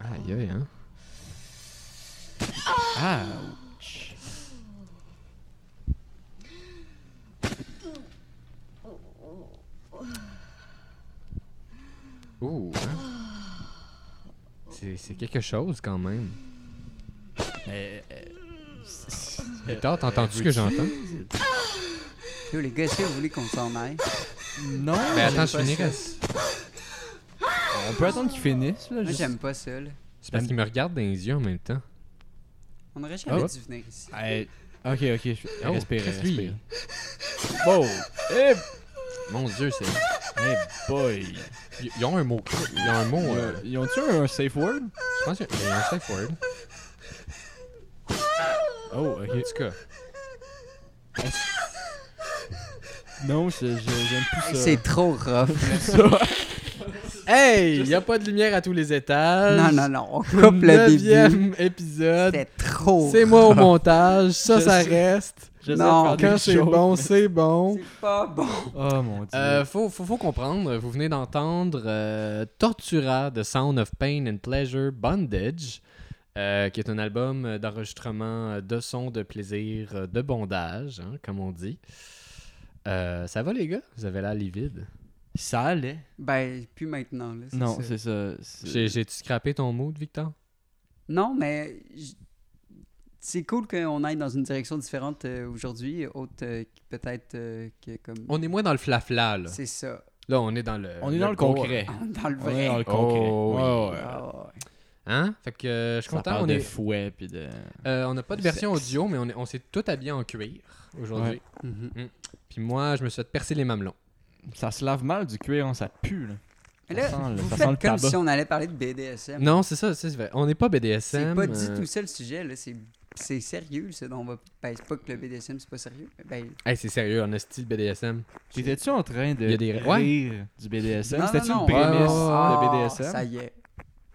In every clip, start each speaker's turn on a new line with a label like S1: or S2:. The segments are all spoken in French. S1: aïe, aïe, hein.
S2: Ah
S1: Ouh, hein. C'est c'est quelque chose quand même.
S2: mais, euh, c'est-
S1: Victor, t'as entendu ce que j'entends?
S3: Yo, les gars, est-ce que vous voulez qu'on s'en aille?
S2: Non.
S1: Mais
S2: j'aime
S1: Ben, attends, je
S2: pas
S1: finirais.
S2: ça. On peut attendre qu'il finisse, là.
S3: Moi,
S2: juste-
S3: j'aime pas ça, là.
S1: C'est parce qu'il me regarde dans les yeux en même temps.
S3: On aurait jamais
S2: Ah.
S3: dû venir ici.
S2: Hey, Ok, ok, je...
S1: Oh,
S2: respire,
S1: Chris, lui.
S2: respire. Wow! Hey,
S1: Mon dieu, c'est.
S2: hey eh, boy!
S1: Ils ils ont un mot. Ils ont un mot. euh,
S2: Ils ont-tu un safe word?
S1: je pense qu'il y a un safe word.
S2: Oh,
S1: En
S2: ok.
S1: tout cas,
S2: Non, je- je- j'aime plus
S3: Hey,
S2: ça.
S3: C'est trop rough.
S2: hey! Y a pas de lumière à tous les étages.
S3: non, non, non, on coupe le début.
S2: Euh, Neuvième épisode.
S3: C'était trop
S2: C'est moi au montage. Ça,
S1: Je
S2: ça
S1: sais-
S2: reste.
S3: sais Non. faire
S2: Quand c'est bon, c'est bon.
S3: C'est pas bon.
S2: Oh mon dieu.
S1: Euh, faut, faut, faut comprendre, vous venez d'entendre euh, Tortura de Sound of Pain and Pleasure Bondage, euh, qui est un album d'enregistrement de sons de plaisir, euh, de bondage, hein, comme on dit. Euh, ça va les gars? Vous avez l'air livide.
S2: ça allait.
S3: Ben, plus maintenant, là. c'est
S2: Non,
S3: ça.
S2: c'est ça. c'est-
S1: J'ai- J'ai-tu scrappé ton mood, Victor?
S3: Non, mais j- c'est cool qu'on aille dans une direction différente euh, aujourd'hui, autre euh, qui peut-être euh, que comme.
S1: On est moins dans le flafla, là.
S3: C'est ça. Ah,
S1: Là, on est dans le...
S2: On est dans le
S1: gore.
S2: concret.
S3: Dans le
S2: On est
S3: vrai.
S2: dans le concret.
S1: Oh, oui.
S2: Ouais, ouais.
S3: Ah ouais.
S1: Hein? Fait que euh, je suis
S2: Ça
S1: content.
S2: parle
S1: on
S2: de
S1: est-
S2: fouet puis de.
S1: euh, on n'a pas de version
S2: sexe.
S1: audio, mais on, est- on s'est tout habillé en cuir aujourd'hui.
S2: Ouais.
S3: Mhm.
S1: Puis moi, je me suis fait percer les mamelons.
S2: Ça se lave mal du cuir, hein, ça pue là.
S3: Mais là,
S2: Ça sent le-
S3: vous
S2: ça
S3: faites
S2: sent le
S3: comme
S2: tabac.
S3: si on allait parler de BDSM.
S1: Non, c'est ça, c'est vrai. On n'est pas
S3: C'est
S1: BDSM.
S3: pas du
S1: euh,
S3: tout ça le sujet, là. C'est, c'est sérieux, ça. dont on va... Ben, c'est pas que le BDSM, c'est pas sérieux. Ben,
S1: Hey, c'est sérieux, on a style BDSM.
S2: T'étais-tu en train de
S1: Il y a des-
S2: rire du BDSM?
S3: non,
S2: C'était-tu
S3: non,
S2: une
S3: non.
S2: prémisse
S3: Ah,
S2: de BDSM?
S3: Ça y est.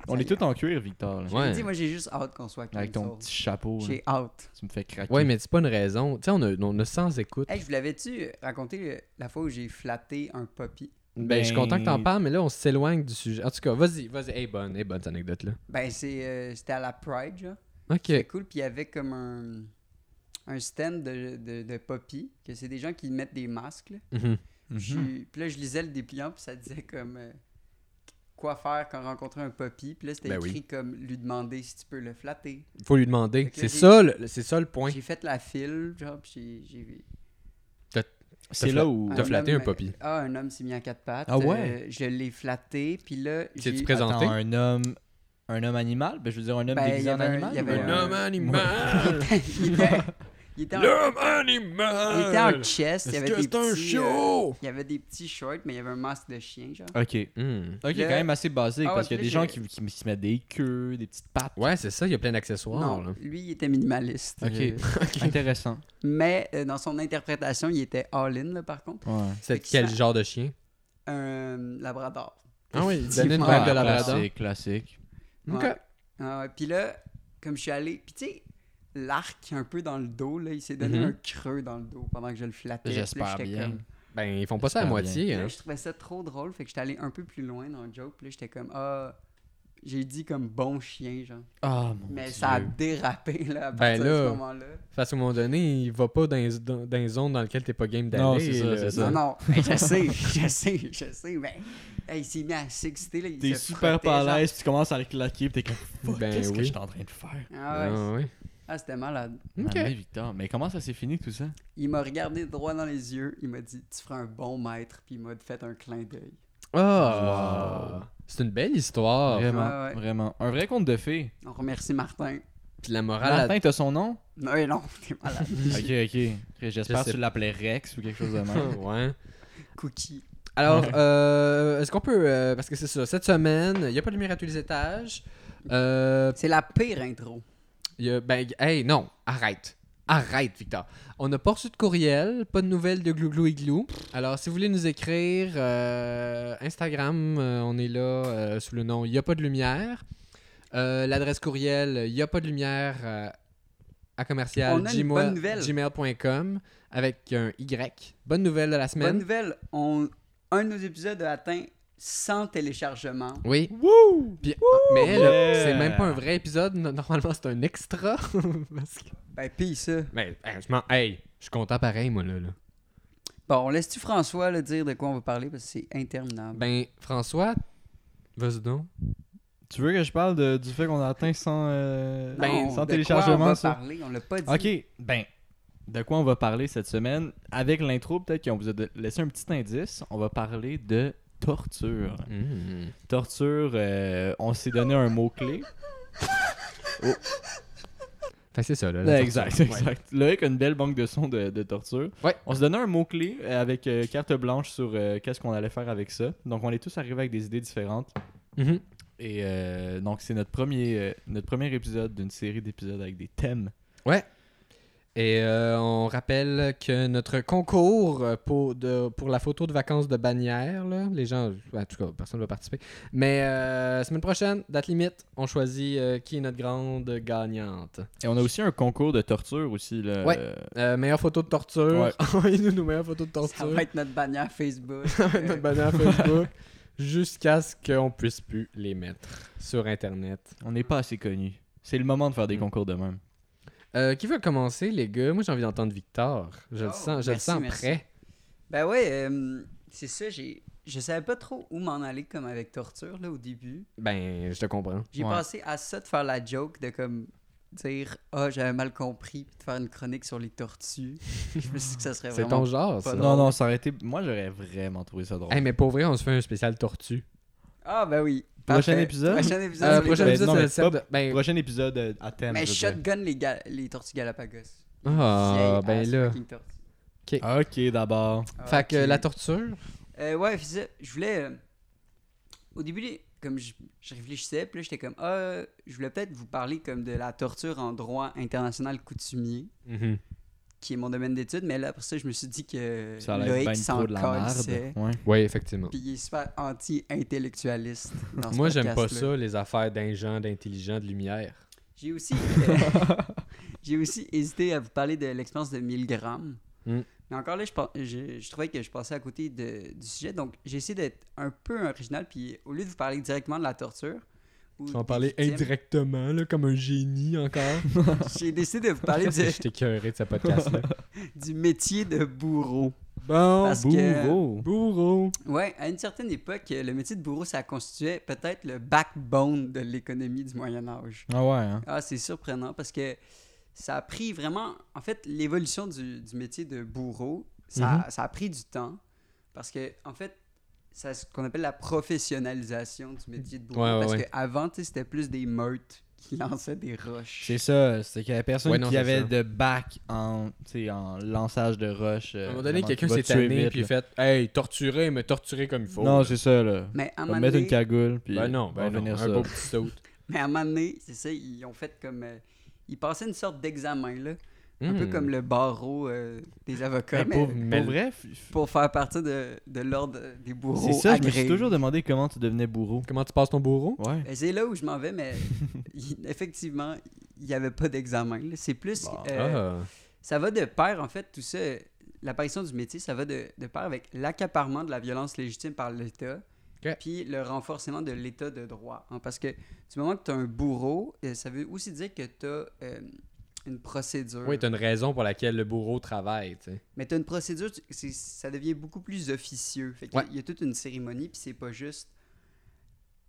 S2: On
S3: Ça
S2: est
S3: y est.
S2: tous en cuir, Victor. là.
S3: Je
S1: Ouais.
S3: dis, moi, j'ai juste hâte qu'on soit comme
S2: Avec ton
S3: nous autres.
S2: petit chapeau. là.
S3: J'ai hâte.
S2: Tu me fais craquer.
S1: Ouais, mais c'est pas une raison. Tu sais, on a, on a sans écoute.
S3: Hey, je vous l'avais-tu raconté euh, la fois où j'ai flatté un poppy?
S1: ben, je suis content que t'en parles, mais là, on s'éloigne du sujet. En tout cas, vas-y, vas-y. Hey, bonne, hey, bonne cette anecdote-là.
S3: Ben, c'est, euh, c'était à la Pride, genre.
S1: Ok.
S3: C'était cool. Puis il y avait comme un, un stand de, de, de Poppy, que c'est des gens qui mettent des masques. là.
S1: Mhm.
S2: Mhm.
S3: Puis, puis là, je lisais le dépliant, puis ça disait comme euh, quoi faire quand rencontrer un Poppy. Puis là, c'était
S1: Ben oui.
S3: écrit comme lui demander si tu peux le flatter.
S1: Faut lui demander.
S3: Fait que là,
S1: C'est
S3: j'ai-
S1: ça, le- c'est ça le point.
S3: J'ai fait la file, genre, puis j'ai- j'ai.
S2: C'est
S1: fla-
S2: là où.
S1: T'as flatté
S3: homme-
S1: un Poppy.
S3: Ah, un homme s'est mis en quatre pattes.
S2: Ah ouais?
S3: Euh, je l'ai flatté, puis là.
S1: T'es-tu
S3: j'ai-
S1: présent?
S2: Attends,
S1: présenté.
S2: un homme. Un homme animal? Ben, je veux dire, un homme
S3: Ben, il y
S2: déguisé en
S3: avait un-
S2: animal?
S3: il y
S2: ou euh,
S3: avait
S2: un-
S3: un-
S1: L'homme animal!
S3: il était, il était en,
S1: L'homme
S3: il était en
S1: animal!
S3: chest, il y
S1: Est-ce
S3: avait
S1: que
S3: des
S1: c'est un
S3: petits. euh,
S1: show?
S3: Il y avait des petits shorts, mais il y avait un masque de chien, genre.
S2: Ok.
S1: Hmm.
S2: Ok,
S3: Le-
S2: quand même assez basique
S3: Ah ouais,
S2: parce qu'il y a
S3: puis
S2: des
S3: là,
S2: gens qui, qui se mettent des queues, des petites pattes.
S1: Ouais, c'est ça, il y a plein d'accessoires.
S3: non,
S1: Oh, là.
S3: lui, il était minimaliste.
S2: Ok.
S3: Euh,
S2: Intéressant.
S3: mais euh, dans son interprétation, il était all-in, là, par contre.
S2: Ouais.
S1: C'est
S3: Fait que
S1: quel
S3: ça-
S1: genre de chien?
S3: Un euh, labrador.
S1: Ah oui, il donnait
S3: donnait
S1: une
S3: une
S1: balle
S3: vibe
S1: de
S3: de
S1: labrador.
S2: Classique, classique.
S1: Ok.
S3: Ouais. Ah ouais, Puis là, comme je suis allé... Puis tu sais, l'arc un peu dans le dos, là, il s'est donné
S1: Mhm.
S3: un creux dans le dos pendant que je le flattais. Puis là,
S2: J'espère
S3: j'étais
S2: bien.
S3: comme-
S1: Ben, ils font pas ça à
S2: Super
S1: moitié.
S3: Puis
S1: Hein.
S3: là, je trouvais ça trop drôle, fait que j'étais allé un peu plus loin dans le joke. Puis là, j'étais comme, ah... J'ai dit comme bon chien, genre.
S2: Ah mon
S3: Mais
S2: dieu.
S3: ça a dérapé, là, à
S1: Ben
S3: partir
S1: là,
S3: de ce moment-là.
S1: Parce qu'à un moment donné, il va pas dans les, dans, dans les zones dans lesquelles t'es pas game d'aller.
S2: Non, c'est ça,
S1: là.
S2: c'est
S3: Non,
S2: ça.
S3: non, hey, je sais, je sais, je sais, mais hey, il s'est mis à s'exciter. là, il
S2: T'es
S3: se
S2: super
S3: frottait,
S2: pas à
S3: genre.
S2: l'aise, puis tu commences à le claquer, puis t'es comme Fuck,
S1: Ben
S2: qu'est-ce que
S1: oui.
S2: je suis en train de faire?
S3: Ah, ouais.
S1: Ah, ouais.
S3: ah c'était malade.
S1: Ok.
S2: Mais Victor, mais comment ça s'est fini tout ça?
S3: Il m'a regardé droit dans les yeux, il m'a dit Tu feras un bon maître, puis il m'a fait un clin d'œil.
S1: Ah!
S2: Wow.
S1: C'est une belle histoire.
S2: vraiment,
S3: ouais, ouais.
S2: vraiment. Un vrai conte de fées.
S3: On remercie Martin.
S1: Puis la morale.
S2: Martin, t'as son nom?
S3: Non, mais non, t'es malade.
S2: ok, ok. J'espère
S1: sais
S2: que tu l'appelais Rex ou quelque chose de
S1: à-
S2: même.
S1: ouais.
S3: Cookie.
S1: Alors, euh, est-ce qu'on peut. euh, parce que c'est ça, cette semaine, il n'y a pas de lumière à tous les étages. Euh,
S3: C'est la pire intro.
S1: il y a- ben, hey, non, arrête. Arrête, Victor. On n'a pas reçu de courriel, pas de nouvelles de Glouglou Igloo. Alors, si vous voulez nous écrire, euh, Instagram, euh, on est là euh, sous le nom Il n'y a pas de lumière. Euh, L'adresse courriel, il n'y a pas de lumière euh, à commercial
S3: On a une
S1: gmail-
S3: bonne nouvelle.
S1: gmail.com avec un Y. Bonne nouvelle de la semaine.
S3: Bonne nouvelle, on... un de nos épisodes a atteint sans téléchargement.
S1: Oui.
S2: Wouh!
S1: Puis, ah, mais là,
S2: Yeah!
S1: c'est même pas un vrai épisode. No- Normalement, c'est un extra. Parce que-
S3: Ben, pis ça.
S1: Mais hey, je m'en. Hey, je suis content pareil, moi, là. là.
S3: Bon, on laisse-tu François le dire de quoi on va parler parce que c'est interminable.
S1: Ben, François, vas-y donc.
S2: Tu veux que je parle de- du fait qu'on a atteint sans, euh,
S1: ben,
S3: Non,
S2: sans
S3: de quoi
S2: téléchargement,
S3: on va
S2: ça?
S3: parler, on l'a pas dit.
S2: Ok, ben, de quoi on va parler cette semaine Avec l'intro, peut-être qu'on vous a de- laissé un petit indice. On va parler de torture.
S1: Mm.
S2: Torture, euh, on s'est donné un mot-clé.
S1: Fait que c'est ça, là. Euh, la
S3: Ben,
S2: Ouais,
S1: torture.
S2: exact,
S1: Ouais.
S2: exact. Loïc a une belle banque de sons de, de torture.
S1: Ouais.
S2: On se donnait un mot-clé euh, avec euh, carte blanche sur euh, qu'est-ce qu'on allait faire avec ça. Donc, on est tous arrivés avec des idées différentes.
S1: Mhm.
S2: Et euh, donc, c'est notre premier, euh, notre premier épisode d'une série d'épisodes avec des thèmes.
S1: Et euh, on rappelle que notre concours euh, pour, de, pour la photo de vacances de bannière, là, les gens, en tout cas, personne ne va participer. Mais euh, semaine prochaine, date limite, on choisit euh, qui est notre grande gagnante.
S2: Et on a aussi un concours de torture aussi. Là,
S1: Ouais.
S2: euh,
S1: Euh, meilleure photo de torture.
S2: Ouais.
S1: Envoyez-nous nos meilleures photos de
S3: Ça
S1: torture.
S3: va être notre bannière Facebook. Euh,
S1: notre bannière Facebook. Jusqu'à ce qu'on puisse plus les mettre sur Internet.
S2: On n'est pas assez connus. C'est le moment de faire des
S1: Mm.
S2: concours de même.
S1: Euh, qui veut commencer, les gars? Moi, j'ai envie d'entendre Victor. Je le
S3: Oh,
S1: sens, je
S3: merci,
S1: le sens
S3: merci.
S1: prêt.
S3: Ben ouais, euh, c'est ça, j'ai... Je savais pas trop où m'en aller comme avec torture là au début.
S1: Ben, je te comprends.
S3: J'ai
S2: Ouais.
S3: pensé à ça de faire la joke de comme dire ah j'avais mal compris puis de faire une chronique sur les tortues. Je me suis dit que ça serait
S1: C'est
S3: vraiment
S1: ton genre,
S3: pas
S1: ça.
S3: drôle.
S2: Non, non, ça aurait été. Moi, j'aurais vraiment trouvé ça drôle.
S1: Ah Hey, mais pour vrai, on se fait un spécial tortue.
S3: Ah ben oui.
S2: Prochain
S3: Parfait.
S2: épisode?
S3: Prochain épisode.
S1: Euh,
S3: sur les
S1: prochain
S2: Ben,
S1: épisode,
S2: non,
S1: c'est
S2: mais
S1: le sept
S2: pas-
S1: de- Ben,
S2: Prochain épisode euh, à thème.
S3: Mais
S2: je veux dire.
S3: shotgun les, ga- les tortues Galapagos.
S1: Ah, ben
S3: Vieilles
S1: là.
S3: ass fucking tortues.
S2: Ok, d'abord.
S3: Ah,
S1: fait que
S3: ok.
S1: la torture.
S3: Euh, ouais, c'est ça. je voulais. euh, Au début, les- comme je, je réfléchissais, puis là, j'étais comme, ah, euh, je voulais peut-être vous parler comme de la torture en droit international coutumier,
S1: Mhm.
S3: qui est mon domaine d'étude, mais là, après ça, je me suis dit que
S2: Ça allait être
S3: Loïc
S2: ben
S3: s'en
S2: trop de la merde.
S3: calissait.
S2: Ouais.
S1: Oui, effectivement.
S3: Puis il est super anti-intellectualiste. dans ce
S1: Moi, j'aime pas
S3: podcast-là.
S1: ça, les affaires d'ingents, d'intelligents, de lumière.
S3: J'ai aussi, j'ai aussi hésité à vous parler de l'expérience de 1000 grammes.
S1: Mm.
S3: Mais encore là, je, pen- je, je trouvais que je passais à côté de- du sujet. Donc, j'ai essayé d'être un peu original. Puis, au lieu de vous parler directement de la torture, ou
S1: Tu vas en
S3: des
S1: parler
S3: victimes,
S1: indirectement, là, comme un génie encore.
S3: j'ai décidé de vous parler
S1: Je
S3: du,
S1: t'ai écœuré de ce podcast-là.
S3: du métier de bourreau.
S1: Bon,
S3: Parce que-
S2: Bourreau.
S1: bourreau.
S3: Ouais, à une certaine époque, le métier de bourreau, ça constituait peut-être le backbone de l'économie du Moyen-Âge.
S2: Ah ouais, hein.
S3: Ah, c'est surprenant parce que ça a pris vraiment. En fait, l'évolution du, du métier de bourreau, ça,
S2: Mhm.
S3: a- ça a pris du temps parce que, en fait, ça ce qu'on appelle la professionnalisation du métier de bourreau.
S1: Ouais, ouais,
S3: parce
S1: ouais.
S3: qu'avant, c'était plus des meutes qui lançaient des roches.
S2: C'est ça, c'est qu'il y avait personne
S1: Ouais, non,
S2: qui
S1: c'est
S2: avait
S1: ça.
S2: de bac en, tu sais, en lançage de roche.
S1: À
S2: euh,
S1: un moment donné, quelqu'un s'est tanné puis il fait Hey, torturer, me torturer comme il faut.
S2: Non, c'est ça, là.
S3: Mais à un
S2: On va
S3: moment
S2: mettre une
S3: donné,
S2: cagoule, puis
S1: Ben non, ben
S2: on va
S1: non,
S2: venir
S1: un
S2: ça.
S1: beau petit saut.
S3: mais à un moment donné, c'est ça, ils ont fait comme. euh, ils passaient une sorte d'examen, là. Un
S2: Hmm.
S1: Hmm.
S3: peu comme le barreau euh, des avocats.
S1: Ben,
S2: Mais
S3: mais
S2: pour,
S3: pour,
S1: mais-
S2: pour vrai, f- f-
S3: faire partie de, de l'ordre des bourreaux.
S2: c'est ça, je me suis
S3: agréés.
S2: toujours demandé comment tu devenais bourreau.
S1: Comment tu passes ton bourreau
S2: Ouais.
S3: Ben, c'est là où je m'en vais, mais il- effectivement, il n'y avait pas d'examen. là. C'est plus. euh,
S1: Ah.
S3: Ça va de pair, en fait, tout ça. euh, L'apparition du métier, ça va de, de pair avec l'accaparement de la violence légitime par l'État,
S1: Ok.
S3: puis le renforcement de l'État de droit. hein, parce que du moment que tu as un bourreau, euh, ça veut aussi dire que tu as une procédure.
S1: Oui, t'as une raison pour laquelle le bourreau travaille, tu sais.
S3: Mais tu as une procédure, tu- c'est- ça devient beaucoup plus officieux. Fait qu'il
S1: Ouais.
S3: y a toute une cérémonie, puis c'est pas juste.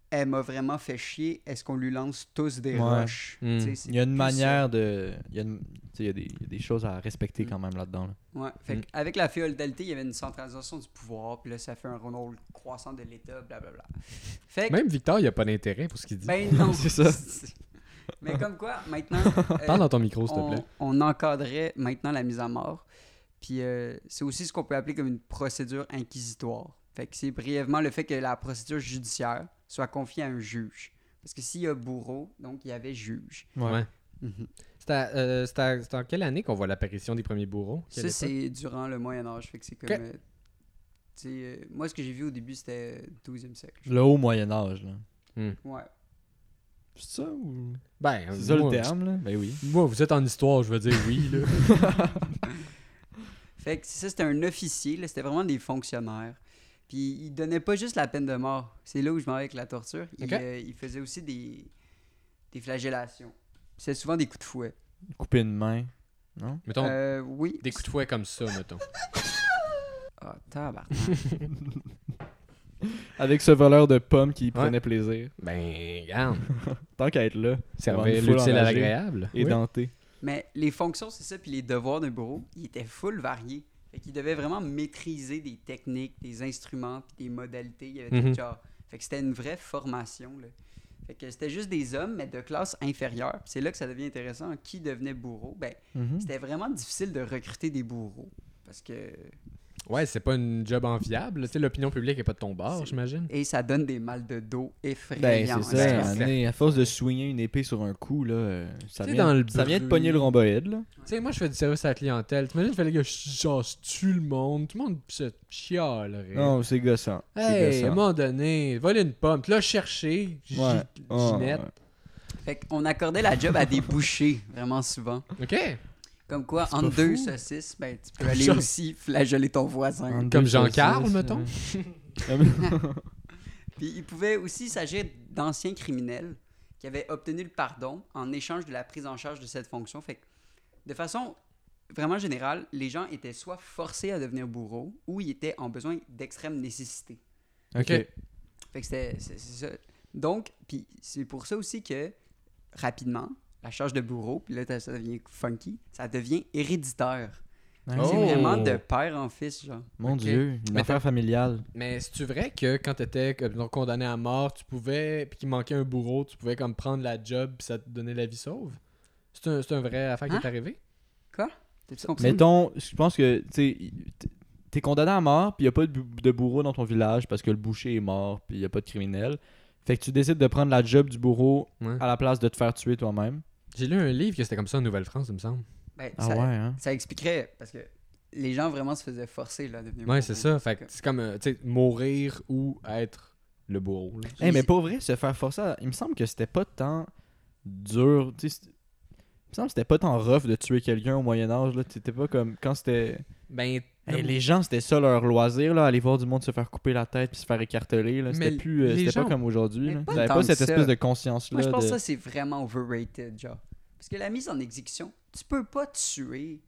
S3: Elle m'a vraiment fait chier, est-ce qu'on lui lance tous des
S2: Ouais.
S3: roches
S1: Mm.
S3: Tu sais, c'est
S2: Il y a une
S3: plus
S2: manière de. Il y a, une- tu sais, il y a des, il y a des choses à respecter quand même là-dedans. là.
S3: ça. Ouais. Fait
S1: Mm.
S3: Avec la féodalité, il y avait une centralisation du pouvoir, puis là, ça fait un rôle croissant de l'État, blablabla. Fait que.
S1: Même Victor, il a pas d'intérêt pour ce qu'il dit.
S3: Ben non.
S2: C'est ça.
S3: Mais comme quoi, maintenant. euh,
S1: Parle dans ton micro, s'il te
S3: on,
S1: plaît.
S3: on encadrait maintenant la mise à mort. Puis euh, c'est aussi ce qu'on peut appeler comme une procédure inquisitoire. Fait que c'est brièvement le fait que la procédure judiciaire soit confiée à un juge. Parce que s'il y a bourreau, donc il y avait juge.
S2: Ouais.
S1: Ouais. C'est à- euh, c'est à- c'est en quelle année qu'on voit l'apparition des premiers bourreaux
S3: Ça, c'est durant le Moyen Âge. Fait que c'est comme...
S1: Ok.
S3: euh, tu sais, euh, moi, ce que j'ai vu au début, c'était euh, 12e siècle.
S2: Le haut Moyen-Âge, là.
S3: Ouais.
S2: C'est ça ou.
S1: Ben,
S2: C'est ça le
S1: moi-
S2: terme, là? Ben oui.
S1: Moi, vous êtes en histoire, je veux dire oui, là.
S3: Fait que ça, c'était un officier. là, C'était vraiment des fonctionnaires. Puis il donnait pas juste la peine de mort. C'est là où je m'en vais avec la torture. Il,
S1: Ok.
S3: euh, il faisait aussi des, des flagellations. C'est souvent des coups de fouet.
S2: Couper une main. Non?
S1: Mettons,
S3: Euh, oui.
S1: des coups de fouet comme ça, mettons.
S3: Ah, tabarnak.
S2: Avec ce voleur de pommes qui prenait plaisir.
S1: Ben, regarde.
S2: Tant qu'à être là,
S1: Servir
S2: Une foule
S1: l'utile à
S2: enragée.
S1: l'agréable.
S2: et
S1: Oui.
S2: denté.
S3: Mais les fonctions, c'est ça, puis les devoirs d'un bureau, ils étaient full variés. Fait qu'il devait vraiment maîtriser des techniques, des instruments, puis des modalités. Il y avait
S1: Mhm.
S3: tout genre. Fait que c'était une vraie formation, là. Fait que c'était juste des hommes, mais de classe inférieure. Puis C'est là que ça devient intéressant. Qui devenait bourreau? Ben,
S2: Mhm.
S3: c'était vraiment difficile de recruter des bourreaux. Parce que...
S1: Ouais, c'est pas une job enviable. Tu sais, l'opinion publique est pas de ton bord,
S3: C'est-
S1: j'imagine.
S3: Et ça donne des mal de dos effrayants. hein.
S2: Ben, c'est ça. à un
S1: c'est
S2: moment donné, à force de soigner une épée sur un coup, là, euh, ça,
S1: C'est
S2: vient,
S1: dans le
S2: ça vient de
S1: bruit.
S2: pogner le rhomboïde. Là.
S1: Tu sais, moi, je fais du service à la clientèle. T'imagines, il fallait que je genre, je tue le monde. Tout le monde se chialerait.
S2: Non, c'est gossant. C'est
S1: Hey, à un
S2: gossant.
S1: moment donné, voler une pomme, tu l'as cherché, Gi-
S2: Ouais. Oh,
S1: Ginette.
S2: ouais.
S3: Fait qu'on accordait la job à des bouchers, vraiment souvent.
S1: Ok.
S3: Comme quoi,
S2: pas
S3: entre deux
S2: fou.
S3: saucisses, ben, tu peux aller
S1: Genre-
S3: aussi flageller ton voisin.
S2: Entre
S1: Comme
S2: deux
S1: Jean-Carl,
S2: saucisses,
S1: mettons.
S2: ouais.
S3: Puis il pouvait aussi s'agir d'anciens criminels qui avaient obtenu le pardon en échange de la prise en charge de cette fonction. Fait que, de façon vraiment générale, les gens étaient soit forcés à devenir bourreaux ou ils étaient en besoin d'extrême nécessité.
S1: Ok.
S3: Fait que c'était c'est- c'est ça. Donc, puis c'est pour ça aussi que rapidement, la charge de bourreau, puis là t'as- ça devient funky, ça devient héréditaire.
S1: Oh.
S3: C'est vraiment de père en fils, genre.
S2: Mon
S1: Ok.
S2: Dieu, une
S1: Mais
S2: affaire familiale.
S1: Mais c'est-tu vrai que quand t'étais comme, donc, condamné à mort, tu pouvais, puis qu'il manquait un bourreau, tu pouvais comme prendre la job puis ça te donnait la vie sauve? C'est un, c'est un vrai affaire qui
S3: Hein?
S1: est arrivée?
S3: T'as-tu compris?
S2: Mettons, je pense que, tu sais, t- t'es condamné à mort, puis il a pas de, bou- de bourreau dans ton village parce que le boucher est mort, puis il a pas de criminel. Fait que tu décides de prendre la job du bourreau
S1: Ouais.
S2: à la place de te faire tuer toi-même.
S1: J'ai lu un livre que c'était comme ça en Nouvelle-France, il me semble.
S3: Ben,
S2: Ah
S3: ça,
S2: ouais, hein?
S3: ça expliquerait, parce que les gens vraiment se faisaient forcer là, à devenir
S1: Ouais,
S3: bourreaux.
S1: c'est ça. Fait que c'est comme, euh, tu sais, mourir ou être le bourreau. là.
S2: Eh, mais pour vrai, se faire forcer, à- il me semble que c'était pas tant dur. tu sais, c'est- Il me semble que c'était pas tant rough de tuer quelqu'un au Moyen-Âge. C'était pas comme quand c'était.
S1: Ben,
S2: Eh, les gens, c'était ça leur loisir, là, aller voir du monde se faire couper la tête puis se faire écarteler. là. C'était
S1: Mais
S2: plus, euh,
S1: les
S2: c'était
S1: gens-
S2: pas comme aujourd'hui.
S3: Mais
S2: là.
S3: pas
S2: Ils avaient
S3: tant
S2: pas
S3: que
S2: cette
S3: ça.
S2: espèce de conscience-là.
S3: Moi, je pense
S2: de-
S3: que ça, c'est vraiment overrated, genre. Parce que la mise en exécution, tu peux pas tuer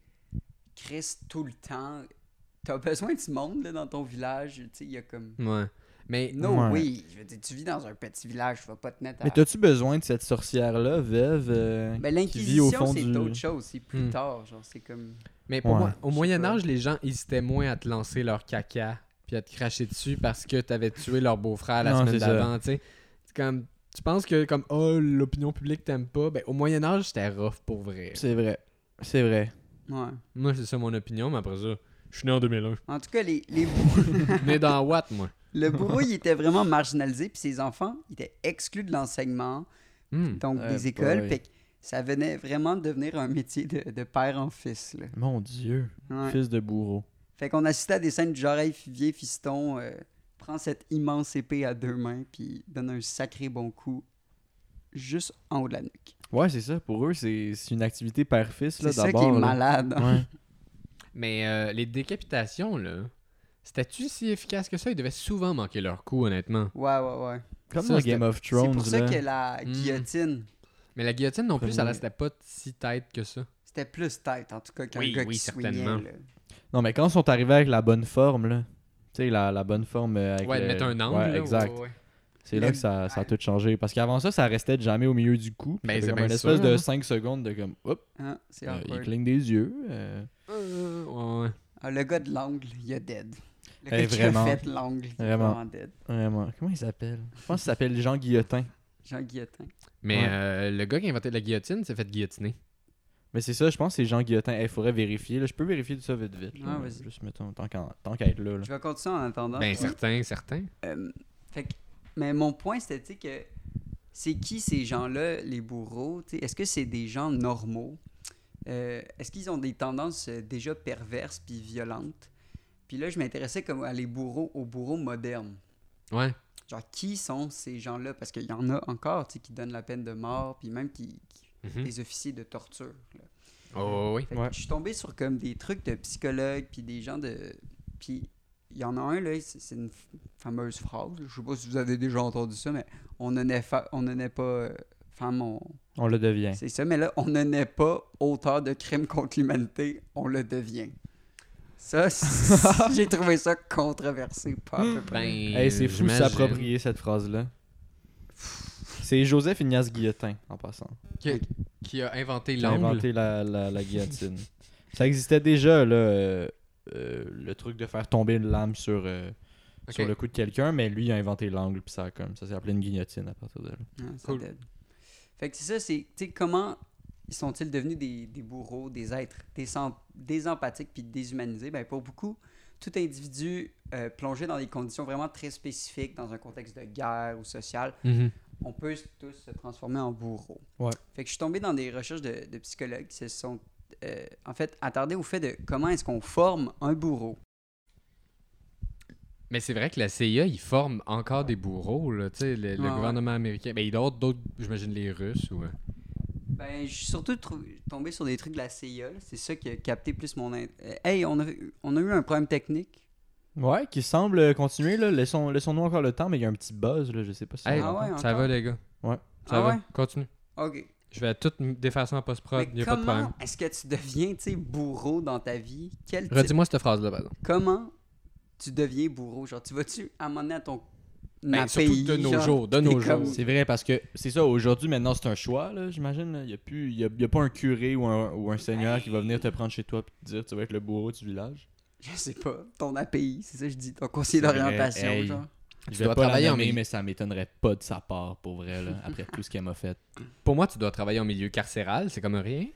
S3: Chris tout le temps. T'as besoin de ce monde là, dans ton village. Tu sais, il y a comme.
S1: ouais. Mais
S3: No
S2: Mm. Ouais.
S3: way. Je veux dire, tu vis dans un petit village, tu vas pas te mettre à.
S2: Mais t'as-tu besoin de cette sorcière-là, veuve euh,
S3: Ben,
S2: qui vit au
S3: L'Inquisition,
S2: fond
S3: c'est
S2: du. Mm.
S3: d'autres choses. C'est plus
S1: Hmm.
S3: tard, genre. C'est comme.
S1: Mais pour
S2: Ouais.
S1: moi, au
S3: Je sais
S1: Moyen
S3: pas.
S1: Âge, les gens hésitaient moins à te lancer leur caca puis à te cracher dessus parce que t'avais tué leur beau-frère la
S2: Non,
S1: semaine
S2: c'est ça.
S1: d'avant, tu sais. C'est comme tu penses que comme oh l'opinion publique t'aime pas, ben au Moyen Âge, c'était rough pour vrai.
S2: C'est vrai. C'est vrai.
S3: Ouais.
S1: Moi, c'est ça mon opinion, mais après ça, je suis né en 2001.
S3: En tout cas, les, les bourreaux-
S1: né dans Watt, moi.
S3: le bourreau, il était vraiment marginalisé, puis ses enfants, ils étaient exclus de l'enseignement,
S1: Hmm.
S3: donc
S2: Eh
S3: des écoles.
S2: boy.
S3: Fait que ça venait vraiment de devenir un métier de, de père en fils, là.
S2: Mon Dieu.
S3: Ouais.
S2: Fils de bourreau.
S3: Fait qu'on assistait à des scènes du genre Hey, Fivier, fiston, euh, prends cette immense épée à deux mains, puis donne un sacré bon coup juste en haut de la nuque.
S2: Ouais, c'est ça. Pour eux, c'est c'est une activité père-fils, là,
S3: C'est ça qui
S2: d'abord.
S3: est
S2: là.
S3: malade. hein.
S2: Ouais.
S1: Mais euh, les décapitations là, c'était-tu si efficace que ça Ils devaient souvent manquer leur coup, honnêtement.
S3: Ouais, ouais, ouais.
S2: Comme
S1: Ça,
S2: dans
S1: c'était-
S2: Game of
S3: C'est
S2: Thrones,
S3: pour ça
S2: là.
S3: que la
S1: Hmm.
S3: guillotine,
S1: Mais la guillotine non plus, ça
S2: Premier-
S1: restait pas si tête que ça.
S3: c'était plus tête, en tout cas, qu'un
S1: Oui,
S3: gars
S1: oui,
S3: qui swingait.
S1: certainement.
S3: là.
S2: Non, mais quand ils sont arrivés avec la bonne forme, là. Tu sais, la, la bonne forme euh, avec
S1: Ouais, de
S2: le-
S1: mettre un angle.
S2: Ouais,
S1: là,
S2: exact.
S1: ouais, ouais.
S2: C'est là que ça, ça a tout changé. Parce qu'avant ça, ça restait jamais au milieu du coup.
S1: Ben,
S2: Ben,
S1: c'est
S2: c'est comme
S1: bien
S2: une
S1: sûr,
S2: espèce de
S1: hein.
S2: 5 secondes de comme, hop,
S3: Hein, c'est
S2: euh, il
S3: awkward.
S2: cligne des yeux. euh,
S1: Euh, ouais, ouais.
S3: Ah, le gars de l'angle, il a dead. Le
S2: Eh,
S3: gars qui
S2: vraiment.
S3: a fait l'angle, il est
S2: Vraiment.
S3: vraiment dead.
S2: vraiment. Comment il s'appelle Je pense qu'il s'appelle Jean Guillotin.
S3: Jean Guillotin.
S1: Mais
S2: Ouais.
S1: euh, le gars qui a inventé la guillotine s'est fait guillotiner.
S2: Mais c'est ça, je pense que c'est Jean Guillotin. Il faudrait vérifier. là. Je peux vérifier tout ça vite vite. là.
S3: Ah, vas-y.
S2: Juste mettons, tant qu'en- tant qu'à être là. là.
S3: Je vais continuer en attendant.
S1: ben,
S3: Ah. Ouais.
S1: certain, certain.
S3: Euh, fait que- mais mon point, c'était tu sais, que c'est qui ces gens-là, les bourreaux? tu sais? Est-ce que c'est des gens normaux? Euh, Est-ce qu'ils ont des tendances euh, déjà perverses puis violentes? Puis là, je m'intéressais comme à les bourreaux, aux bourreaux modernes.
S1: Ouais.
S3: Genre, qui sont ces gens-là? Parce qu'il y en a encore tu sais, qui donnent la peine de mort, puis même qui, qui-
S1: Mhm.
S3: des officiers de torture. là.
S1: Oh oui.
S3: Fait que
S2: Ouais.
S3: Je suis tombé sur comme des trucs de psychologues, puis des gens de... Puis il y en a un, là, c'est c'est une f- fameuse phrase. Je sais pas si vous avez déjà entendu ça, mais on ne naît, fa- on ne naît pas euh, femme, on-
S2: On le devient.
S3: c'est ça, mais là, on ne naît pas auteur de crimes contre l'humanité, on le devient. Ça, c'est- j'ai trouvé ça controversé, pas à peu près.
S1: Ben,
S2: Hey, c'est fou de
S1: j'imagine.
S2: s'approprier cette phrase-là. C'est Joseph Ignace Guillotin, en passant.
S1: Qui, qui a inventé
S2: Il a
S1: l'angle.
S2: inventé la, la, la guillotine. ça existait déjà, là, euh, euh, le truc de faire tomber une lame sur, euh,
S1: Ok.
S2: sur le cou de quelqu'un, mais lui, il a inventé l'angle, puis ça, a comme, ça s'est appelé une guillotine à partir de là.
S3: Ouais, Ah, ça
S1: Cool.
S3: dead. Fait que c'est ça, c'est tu sais, comment ils sont-ils devenus des, des bourreaux, des êtres désen- désempathiques puis déshumanisés? Ben, pour beaucoup, tout individu euh, plongé dans des conditions vraiment très spécifiques, dans un contexte de guerre ou social,
S1: Mhm.
S3: on peut s- tous se transformer en bourreau.
S2: Ouais.
S3: Fait que je suis tombé dans des recherches de, de psychologues qui se sont euh, en fait attardés au fait de comment est-ce qu'on forme un bourreau.
S1: Mais c'est vrai que la CIA, ils forment encore des bourreaux, là, tu sais, le, le
S3: Ouais,
S1: gouvernement américain. Mais il y a d'autres, d'autres, j'imagine les Russes ou. euh,
S3: Ben, je suis surtout trou- tombé sur des trucs de la CIA. là. C'est ça qui a capté plus mon. in- Euh, Hey, on a, on a eu un problème technique.
S2: Ouais, qui semble euh, continuer, là. Laissons- Laissons-nous encore le temps, mais il y a un petit buzz, là, je sais pas si on
S1: Hey, Ah
S2: l'entend.
S3: ouais,
S1: ça
S3: encore?
S1: va, les gars.
S2: Ouais.
S1: Ça
S3: Ah
S1: va.
S3: ouais?
S1: Continue.
S3: Ok.
S1: Je vais tout me défaire ça en post-prod. Il
S3: Mais
S1: a pas de problème.
S3: comment est-ce que tu deviens, tu sais, bourreau dans ta vie? Quel type-
S1: Redis-moi cette phrase-là, par exemple.
S3: Comment tu deviens bourreau? Genre, tu vas-tu amener à ton
S1: Ben,
S3: à
S1: surtout
S3: pays,
S1: de nos
S3: genre,
S1: jours, de
S3: t'es
S1: nos
S3: comme-
S1: jours.
S2: C'est vrai parce que c'est ça, aujourd'hui maintenant c'est un choix, là, j'imagine. là. Il n'y a, plus- il y a, il y a pas un curé ou un, ou un seigneur qui va venir te prendre chez toi et te dire tu vas être le bourreau du village.
S3: Je sais pas, ton API, c'est ça que je dis, ton conseiller
S2: C'est vrai,
S3: d'orientation,
S2: hey.
S3: genre.
S2: Je
S1: dois
S2: vais pas
S1: travailler
S2: travailler
S1: en
S2: nommer,
S1: milieu.
S2: mais ça m'étonnerait pas de sa part pour vrai, là, après tout ce qu'elle m'a fait.
S1: Pour moi, tu dois travailler en milieu carcéral, c'est comme un rien.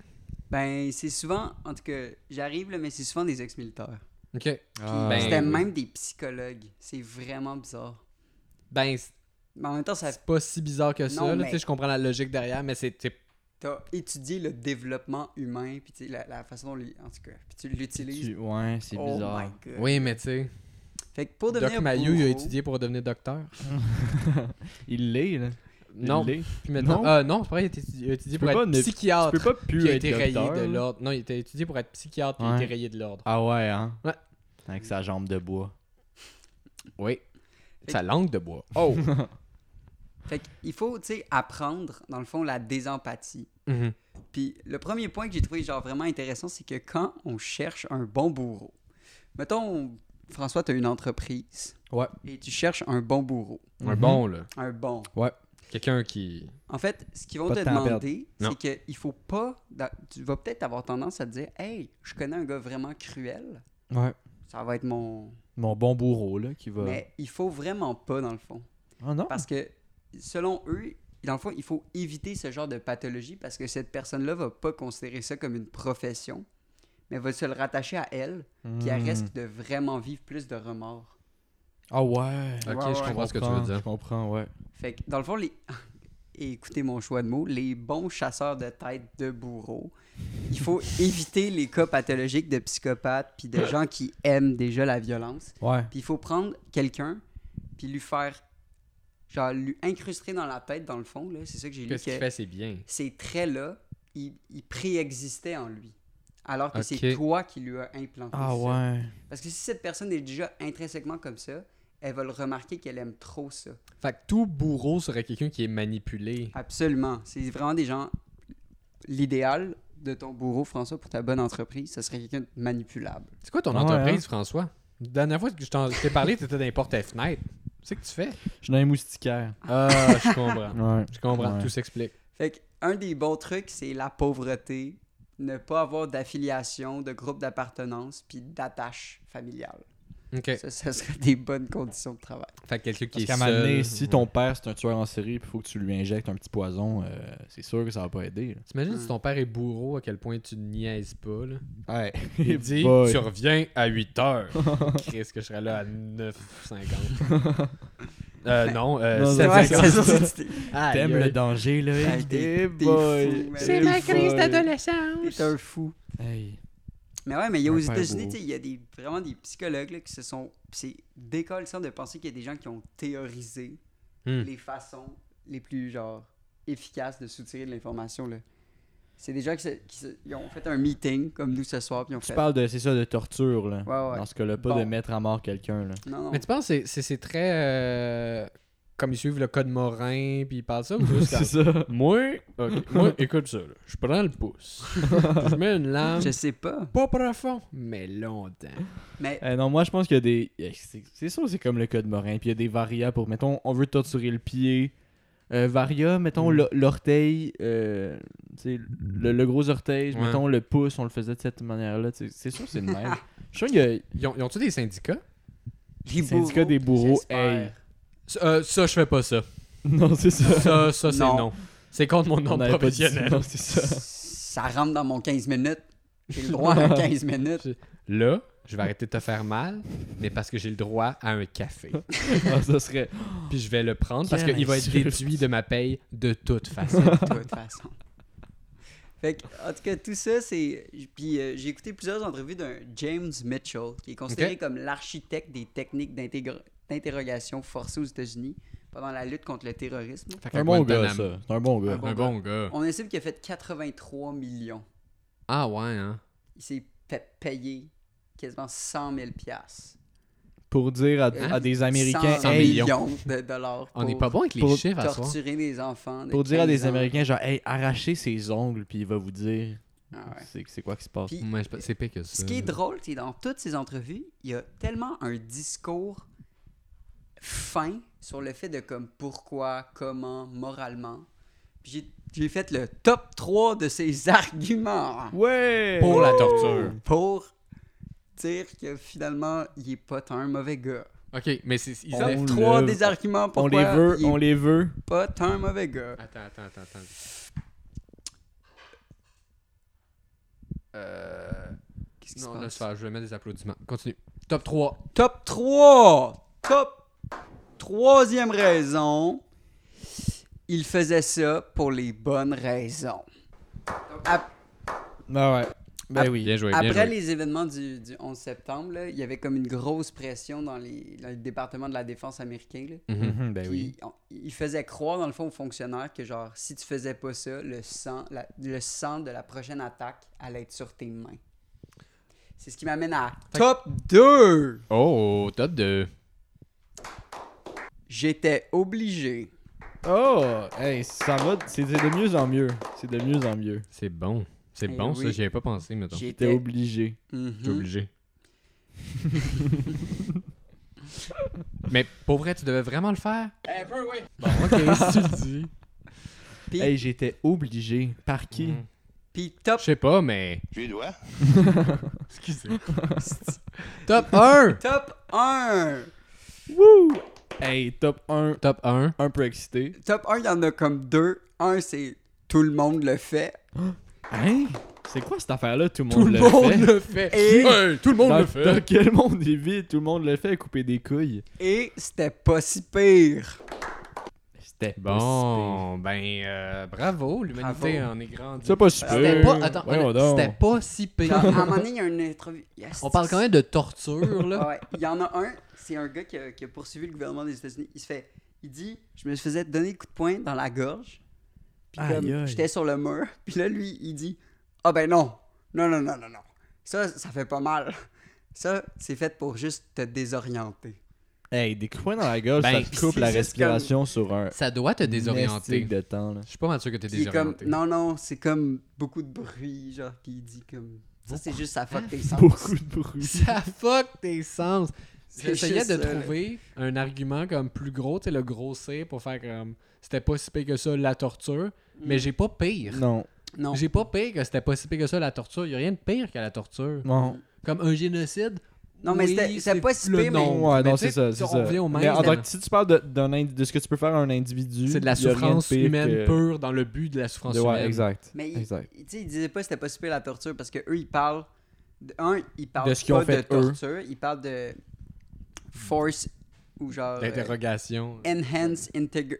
S3: Ben, c'est souvent, en tout cas, j'arrive là, mais c'est souvent des ex-militaires.
S1: OK.
S3: Puis
S1: Ben,
S3: C'était
S1: oui.
S3: même des psychologues. C'est vraiment bizarre.
S1: Ben, c'est
S3: Mais en même temps, ça
S1: c'est pas si bizarre que ça.
S3: Non,
S1: là,
S3: mais- Euh,
S1: tu sais, Je comprends la logique derrière, mais c'est c'est-
S3: t'as étudié le développement humain, puis tu sais, la, la façon dont, les- en tout cas, puis tu l'utilises.
S2: Tu- Ouais, c'est
S3: Oh
S2: bizarre.
S3: my God.
S1: Oui, mais tu sais,
S3: Fait que pour
S1: Doc
S3: devenir
S1: Mayeux, il a
S3: bourreau-
S1: étudié pour devenir docteur.
S2: Il l'est, là. Il
S1: Non,
S2: l'est.
S1: puis maintenant...
S2: Non.
S1: Ah non, c'est pas vrai, il a été- il a étudié
S2: peux
S1: pour être
S2: pas ne-
S1: psychiatre.
S2: Tu peux pas plus
S1: Puis il a
S2: être
S1: Ah, été rayé
S2: docteur.
S1: de l'ordre. Non, il était étudié pour être psychiatre, puis il a
S2: Ouais.
S1: été rayé de l'ordre.
S2: Ah ouais, hein?
S1: Ouais.
S2: Avec sa jambe de bois.
S1: Oui. Sa langue de bois. Oh!
S3: Fait qu'il faut, tu sais, apprendre, dans le fond, la désempathie.
S1: Mhm.
S3: Puis le premier point que j'ai trouvé, genre, vraiment intéressant, c'est que quand on cherche un bon bourreau, mettons, François, tu as une entreprise.
S2: Ouais.
S3: Et tu cherches un bon bourreau.
S1: Un
S2: Mhm.
S1: bon, là.
S3: Un bon.
S1: Quelqu'un qui...
S3: En fait, ce qu'ils vont
S2: Pas de
S3: te
S2: temps à
S3: demander,
S1: Non.
S3: c'est qu'il faut pas. dans- Tu vas peut-être avoir tendance à te dire Hey, je connais un gars vraiment cruel.
S2: Ouais.
S3: Ça va être mon.
S2: Mon bon bourreau, là, qui va.
S3: Mais il faut vraiment pas, dans le fond.
S2: Ah non?
S3: Parce que, selon eux, dans le fond, il faut éviter ce genre de pathologie parce que cette personne-là va pas considérer ça comme une profession, mais va se le rattacher à elle, puis elle
S2: Hmm.
S3: risque de vraiment vivre plus de remords.
S2: Ah ouais.
S1: Ok,
S3: ouais,
S1: je
S3: ouais.
S1: comprends ce que tu veux dire.
S2: Je comprends, ouais.
S3: Fait que, dans le fond, les... écoutez mon choix de mots, les bons chasseurs de tête de bourreaux, il faut éviter les cas pathologiques de psychopathes puis de gens qui aiment déjà la violence.
S2: Ouais.
S3: Puis il faut prendre quelqu'un, puis lui faire, genre, lui incruster dans la tête, dans le fond, là. C'est ça que j'ai lu.
S1: Que ce qu'il
S3: que
S1: fait, c'est bien.
S3: Ces traits-là, ils, ils préexistaient en lui. Alors que
S1: Ok.
S3: c'est toi qui lui as implanté
S2: Ah
S3: ça.
S2: ouais.
S3: Parce que si cette personne est déjà intrinsèquement comme ça, elle va le remarquer qu'elle aime trop ça.
S1: Fait que tout bourreau serait quelqu'un qui est manipulé.
S3: Absolument. C'est vraiment des gens... L'idéal de ton bourreau, François, pour ta bonne entreprise, ce serait quelqu'un de manipulable.
S1: C'est quoi ton
S2: Ah ouais,
S1: entreprise,
S2: hein?
S1: François? La dernière fois que je t'en- je t'ai parlé, t'étais dans les portes à fenêtres. C'est que tu fais?
S2: Je suis dans les moustiquaires.
S1: Ah, je comprends.
S2: Ouais.
S1: Je comprends,
S2: Ouais.
S1: tout s'explique.
S3: Fait que un des bons trucs, c'est la pauvreté, ne pas avoir d'affiliation, de groupe d'appartenance, puis d'attache familiale.
S1: OK.
S2: Eh.
S3: Ça, ça serait des bonnes conditions de travail.
S1: Fait que quelqu'un qui
S2: Parce
S1: est
S2: qu'à un moment donné,
S1: seul...
S2: si ton père c'est un tueur en série, il faut que tu lui injectes un petit poison, euh, c'est sûr que ça va pas aider.
S1: T'imagines si ton père est bourreau, à quel point tu ne niaises pas, là?
S2: Ouais.
S1: Il dit,
S2: boy.
S1: tu reviens à 8 heures. Chris, que je serais là à 9h50. euh, non, euh,
S2: Non,
S1: sept
S2: ouais,
S1: cinquante.
S2: c'est ça.
S1: Aïe,
S2: T'aimes
S1: aïe.
S2: le danger, là.
S3: Hey,
S2: hey,
S3: t'es-
S2: hey,
S3: t'es
S2: boy.
S3: fou, man.
S2: Hey,
S3: C'est ma crise
S2: boy.
S3: C'est un fou.
S2: Hey.
S3: Mais ouais, mais il y a aux
S2: Un père
S3: États-Unis,
S2: bourreau.
S3: tu sais, il y a des, vraiment des psychologues là, qui se sont. C'est décollissant de penser qu'il y a des gens qui ont théorisé
S1: Hmm.
S3: les façons les plus, genre, efficaces de soutirer de l'information. là. C'est des gens qui, se- qui se- ils ont fait un meeting comme nous ce soir. Puis ils ont
S2: Tu
S3: fait.
S2: parles de, c'est ça, de torture, là.
S3: Ouais, ouais.
S2: Dans ce cas-là, pas
S3: Bon.
S2: de mettre à mort quelqu'un, là.
S3: Non, non.
S1: Mais tu penses que c'est- c'est c'est très. euh, comme ils suivent le code Morin, puis ils parlent ça, ou juste
S2: c'est
S1: comme,
S2: ça.
S1: Moi, ok, moi, écoute ça, là. je prends le pouce. je mets une lame,
S3: Je sais pas.
S1: pas profond, mais longtemps.
S3: Mais
S2: Euh, non, moi, je pense qu'il y a des. eh, c'est- C'est ça, c'est comme le code Morin. Puis il y a des varias pour, mettons, on veut torturer le pied. Euh, varia, mettons,
S1: Mm.
S2: l'o- l'orteil, euh, tu sais, le, le gros orteil,
S1: Ouais.
S2: mettons, le pouce, on le faisait de cette manière-là. tu sais. C'est sûr, c'est le même. Je suis sûr qu'il y a
S1: Ils ont- ils ont-tu des syndicats
S3: les
S2: syndicat des bourreaux,
S3: j'espère.
S2: hey.
S1: Euh, Ça, je fais pas ça.
S2: Non, c'est ça.
S1: Ça, ça c'est
S3: Non.
S1: non. C'est contre mon
S2: On
S1: nom
S2: n'avait pas dit
S1: professionnel.
S2: Non, c'est ça.
S3: Ça rentre dans mon 15 minutes. J'ai le droit à un 15 minutes.
S1: Là, je vais arrêter de te faire mal, mais parce que j'ai le droit à un café.
S2: Ah, ça serait.
S1: Puis je vais le prendre parce
S2: Quelle
S1: qu'il va être
S2: insulte.
S1: déduit de ma paye de toute façon.
S3: de toute façon. Fait que, en tout cas, tout ça, c'est. Puis euh, j'ai écouté plusieurs entrevues d'un James Mitchell, qui est considéré
S1: Ok.
S3: comme l'architecte des techniques d'intégra- d'interrogation forcée aux États-Unis pendant la lutte contre le terrorisme.
S1: Fait que
S2: C'est un bon
S1: Guantanamo.
S2: gars, ça. C'est un bon
S3: Un
S2: gars.
S3: bon
S1: Un bon gars.
S3: On estime qu'il a fait 83 millions.
S1: Ah ouais, hein.
S3: Il s'est fait payer quasiment 100 000 piastres.
S2: Pour dire à,
S3: Hein?
S2: à des Américains,
S3: 100
S2: hey,
S1: millions.
S3: millions de dollars
S1: On n'est
S3: pour
S1: pas bon avec les
S2: pour
S1: chiffres à soir.
S3: torturer des enfants. de
S2: pour dire à
S3: 15
S2: des
S3: ans.
S2: Américains, genre, hey, arrachez ses ongles, puis il va vous dire
S3: Ah ouais.
S2: c'est c'est quoi qui se passe.
S3: Puis-
S1: Ouais, je sais pas- c'est pire que ça.
S3: Ce qui est
S2: Euh.
S3: drôle, c'est dans toutes ces entrevues, il y a tellement un discours fin sur le fait de comme pourquoi, comment, moralement. Puis j'ai- j'ai fait le top 3 de ces arguments
S2: Ouais!
S1: Pour la torture.
S3: pour dire que finalement, il est pas tant un mauvais gars.
S1: Ok, mais c'est. Ils
S2: On-
S1: avaient-
S3: Top
S2: le-
S3: 3 des arguments
S2: On
S3: pourquoi
S2: les veut,
S3: il est
S2: on les veut.
S3: pas tant un mauvais gars.
S1: Attends, attends, attends, attends.
S3: Qu'est-ce qui se
S1: Non, là,
S3: passe?
S1: c'est pas- je vais mettre des applaudissements. Continue. Top 3.
S3: Top 3! Top! Troisième raison, il faisait ça pour les bonnes raisons. Ap-
S2: Ah ouais. Ben
S3: Ap-
S2: oui.
S1: Bien joué, bien
S3: Après
S1: joué.
S3: les événements du, du 11 septembre, là, il y avait comme une grosse pression dans, les, dans le département de la défense américain. là.
S1: Mhm.
S2: Mhm, ben
S3: Puis,
S2: oui.
S3: on- il faisait croire, dans le fond, aux fonctionnaires que, genre, si tu faisais pas ça, le sang, la- le sang de la prochaine attaque allait être sur tes mains. C'est ce qui m'amène à top 2!
S1: Oh, top 2.
S3: J'étais obligé
S2: Oh! Hey, ça va. C'est c'est de mieux en mieux. C'est de mieux en mieux.
S1: C'est bon. C'est
S3: Eh
S1: bon, ça.
S3: oui.
S1: J'y avais pas pensé, mettons. J'étais
S2: T'es
S3: J'étais
S2: obligé.
S3: Mhm.
S1: obligé. mais pour vrai, tu devais vraiment le faire? Un Eh, peu, oui. Bon, ok, si tu le dis.
S3: Puis,
S2: Hey, j'étais obligé. Par qui?
S1: Mm.
S3: puis top,
S1: Je sais pas, mais.
S4: Puis dois.
S1: Excusez. top 1!
S3: top 1.
S2: Woo! Hey, top 1.
S1: Top 1.
S2: Un peu excité.
S3: Top 1, il y en a comme deux. Un, c'est tout le monde le fait.
S2: Hein? C'est quoi cette affaire-là? Tout le
S1: Tout
S2: monde
S1: le
S2: le
S1: monde
S2: fait.
S1: le fait.
S3: Et-
S1: Hey, tout le monde
S2: dans,
S1: le fait.
S2: dans quel monde il vit? Tout le monde le fait couper des couilles.
S3: Et c'était pas si pire.
S2: C'était pas
S1: Bon, ben, euh, bravo, l'humanité
S3: Bravo.
S1: en est grandie. Euh,
S2: si pire. C'est pas super.
S1: C'était pas, attends, c'était pas si
S3: Genre, à
S1: pire.
S3: un moment donné, il y a une entrevue.
S1: On parle quand même de torture, là.
S3: Ouais, il y en a un, c'est un gars qui a, qui a poursuivi le gouvernement des États-Unis. Il se fait. Il dit Je me faisais donner coup de poing dans la gorge. Puis
S2: Aïe,
S3: comme,
S2: aïe.
S3: j'étais sur le mur. Puis là, lui, il dit Ah ben non. Non, non, non, non, non. Ça, ça fait pas mal. Ça, c'est fait pour juste te désorienter.
S2: Hey, des coups de poing dans la gueule,
S1: Ben,
S2: ça te coupe la
S3: c'est juste comme-
S2: respiration sur un.
S1: Ça doit te
S2: Nestique
S1: désorienter.
S2: de temps, là.
S1: Je suis pas mal sûr que t'es
S3: Puis il est comme,
S1: désorienté.
S3: non, non, c'est comme beaucoup de bruit, genre, puis il dit comme, ça c'est juste ça fuck tes sens.
S2: Beaucoup de bruit.
S1: Ça fuck tes sens.
S3: C'est
S1: J'essayais
S3: juste euh,
S1: de
S3: ça, là.
S1: trouver un argument comme plus gros, tu sais, le grossir pour faire comme c'était pas si pire que ça la torture,
S3: Mm.
S1: mais j'ai pas pire.
S2: Non.
S3: Non,
S1: J'ai pas pire que c'était pas si pire que ça la torture. Y a rien de pire qu'à la torture.
S2: Non.
S1: Comme un génocide.
S3: Non, mais
S1: oui,
S3: c'était- c'était
S1: c'est
S3: pas si
S1: le
S3: pire, mais-
S1: nombre.
S2: ouais, non,
S1: tu sais,
S2: c'est ça. c'est
S1: on
S2: ça.
S1: revient au même. euh,
S2: Mais en tant que- si tu parles de, d'un indi- de ce que tu peux faire à un individu,
S1: C'est de la
S2: y a rien
S1: souffrance
S2: pire
S1: humaine
S2: que-
S1: pure dans le but de la souffrance
S2: de-
S1: humaine.
S2: ouais, exact.
S3: mais il,
S2: exact.
S3: tu sais, il disait pas c'était pas super la torture parce que eux ils parlent, de, un, ils parlent
S2: De ce qu'ils
S3: pas
S2: ont fait,
S3: de
S2: eux.
S3: torture, ils parlent de force ou genre euh,
S1: L'interrogation.
S3: enhanced integ-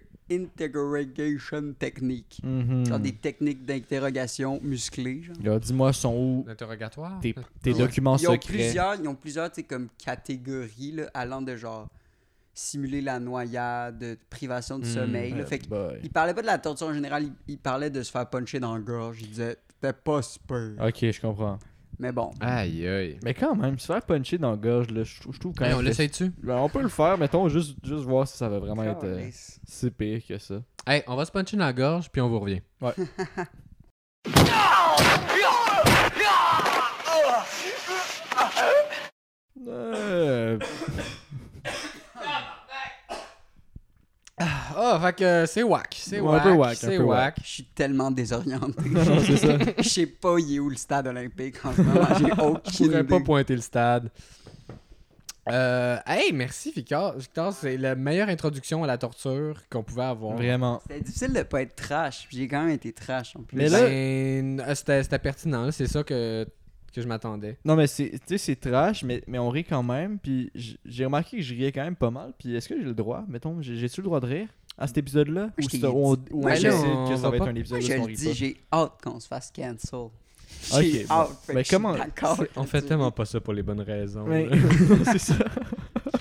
S3: interrogation technique,
S2: Mhm.
S3: genre des techniques d'interrogation musclées, genre.
S2: Là, dis-moi, sont où
S1: L'interrogatoire.
S2: tes, tes
S3: Ouais.
S2: documents
S3: Ils ont
S2: secrets?
S3: plusieurs, ils ont plusieurs, tu sais, comme catégories là, allant de genre simuler la noyade, privation de
S1: Hmm.
S3: sommeil. là.
S2: Eh
S3: fait que
S2: boy.
S3: il parlait pas de la torture en général, il, il parlait de se faire puncher dans la gorge. Il disait, t'es pas super.
S2: Ok, je comprends.
S3: Mais bon,
S1: Aïe, aïe.
S2: Mais quand même, se faire puncher dans la gorge, là, je trouve je trouve quand
S1: Hey,
S2: même.
S1: on
S2: que-
S1: l'essaye-tu?
S2: Ben, on peut le faire, mettons, juste, juste voir si ça va vraiment être euh,
S3: Calisse.
S2: si pire que ça.
S1: Hey, on va se puncher dans la gorge, puis on vous revient.
S2: Ouais. Euh,
S1: Ah, fait que c'est whack. C'est
S2: Ouais, un
S1: whack.
S2: peu whack, un
S1: C'est
S2: peu
S1: whack.
S3: je suis tellement désorienté.
S2: non, c'est ça.
S3: Je sais pas il est où le stade olympique en ce moment, j'ai
S1: Je
S3: aucune
S1: pourrais pas
S3: idée.
S1: pointer le stade. Euh, hey, merci Victor. Victor, c'est la meilleure introduction à la torture qu'on pouvait avoir.
S2: Vraiment.
S3: C'était difficile de pas être trash, puis j'ai quand même été trash en plus.
S2: Mais là-
S1: Ben, euh, c'était c'était pertinent, là, c'est ça que, que je m'attendais.
S2: Non, mais c'est, tu sais, c'est trash, mais, mais on rit quand même. Puis j- j'ai remarqué que je riais quand même pas mal. Puis est-ce que j'ai le droit Mettons, j'ai- j'ai-tu le droit de rire à cet épisode-là Ou
S3: je t'ai
S2: c'est- on,
S3: dit. Ben
S2: ou
S3: Moi,
S2: on
S3: je-
S2: décide
S1: on
S2: que
S1: va
S2: ça va
S1: pas-
S2: être un épisode
S3: Moi,
S2: où
S3: je
S2: on
S3: le
S2: rit
S3: dis,
S2: pas
S3: j'ai hâte qu'on se fasse cancel.
S2: Ok,
S3: J'ai
S2: bon.
S3: hâte. fait
S2: Mais
S3: que je suis
S2: comment-
S3: d'accord
S1: On fait
S3: là-dessus.
S1: tellement pas ça pour les bonnes raisons.
S2: Mais-
S1: là.
S2: c'est ça,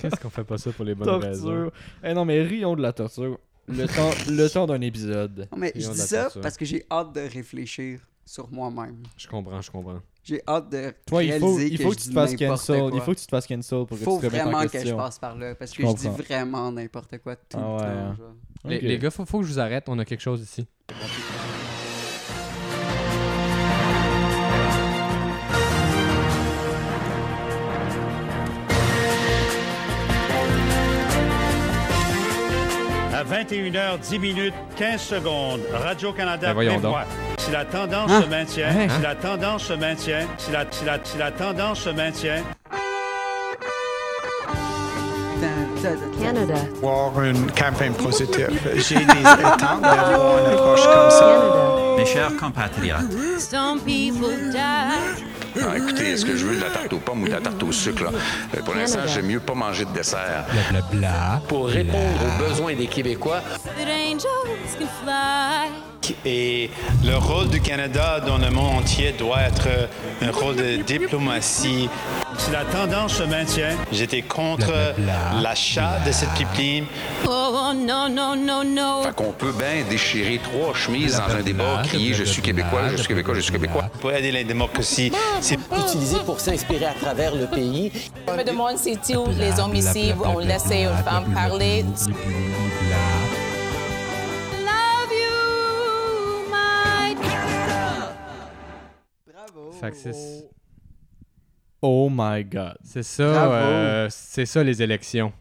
S1: Qu'est-ce qu'on fait pas ça pour les bonnes raisons?
S2: torture. Eh non, mais rions de la torture. Le temps, le temps d'un épisode.
S3: Non, mais
S1: Et
S3: je
S1: on
S3: dis
S1: attend
S3: ça
S1: ça.
S3: parce que j'ai hâte de réfléchir sur moi-même.
S1: Je comprends, je comprends.
S3: J'ai hâte de
S2: Toi, il
S3: réaliser
S2: faut, il faut que,
S3: je
S2: tu te
S3: dis
S2: fasses
S3: n'importe
S2: cancel.
S3: quoi.
S2: Il faut que tu te fasses cancel pour que
S3: Faut
S2: tu te remettes en
S3: vraiment que je
S2: question.
S3: passe par là parce que
S2: Je
S3: je dis
S2: comprends.
S3: vraiment n'importe quoi tout
S2: Ah
S3: le
S2: ouais,
S3: temps.
S2: hein.
S3: genre.
S1: Les,
S2: Ok.
S1: les gars, faut, faut que je vous arrête, on a quelque chose ici.
S4: À 21h10 minutes 15 secondes, Radio-Canada
S1: Ben voyons
S4: prévoit. Si la tendance se maintient, si la tendance se maintient, si la, si la, si la tendance se maintient,
S3: Tan, tan, tan.
S5: Canada.
S6: avoir une campagne positive. J'ai des attentes d'avoir une approche comme ça.
S5: Canada.
S7: Mes chers compatriotes,
S8: Some people die.
S9: Ah, écoutez, est-ce que je veux de la tarte aux pommes ou de la tarte au sucre? là? Euh, Pour l'instant,
S5: Canada.
S9: j'aime mieux pas manger de dessert.
S10: Pour répondre aux besoins des Québécois,
S8: But angels can fly.
S6: Et le rôle du Canada dans le monde entier doit être un rôle de diplomatie.
S4: si la tendance se maintient,
S6: J'étais contre l'achat de cette pipeline.
S8: Oh, no, no, no, no.
S9: Fait qu'on peut bien déchirer trois chemises dans un débat, crier je suis québécois, je suis québécois, je suis québécois.
S6: Pour aider la démocratie, c'est
S10: utilisés pour s'inspirer à travers le pays.
S8: Je me demande si tous les homicides, on laisse une femme parler. Love you, my
S1: Fait que c'est
S2: Oh my god.
S1: c'est ça,
S3: Bravo.
S1: euh, c'est ça les élections.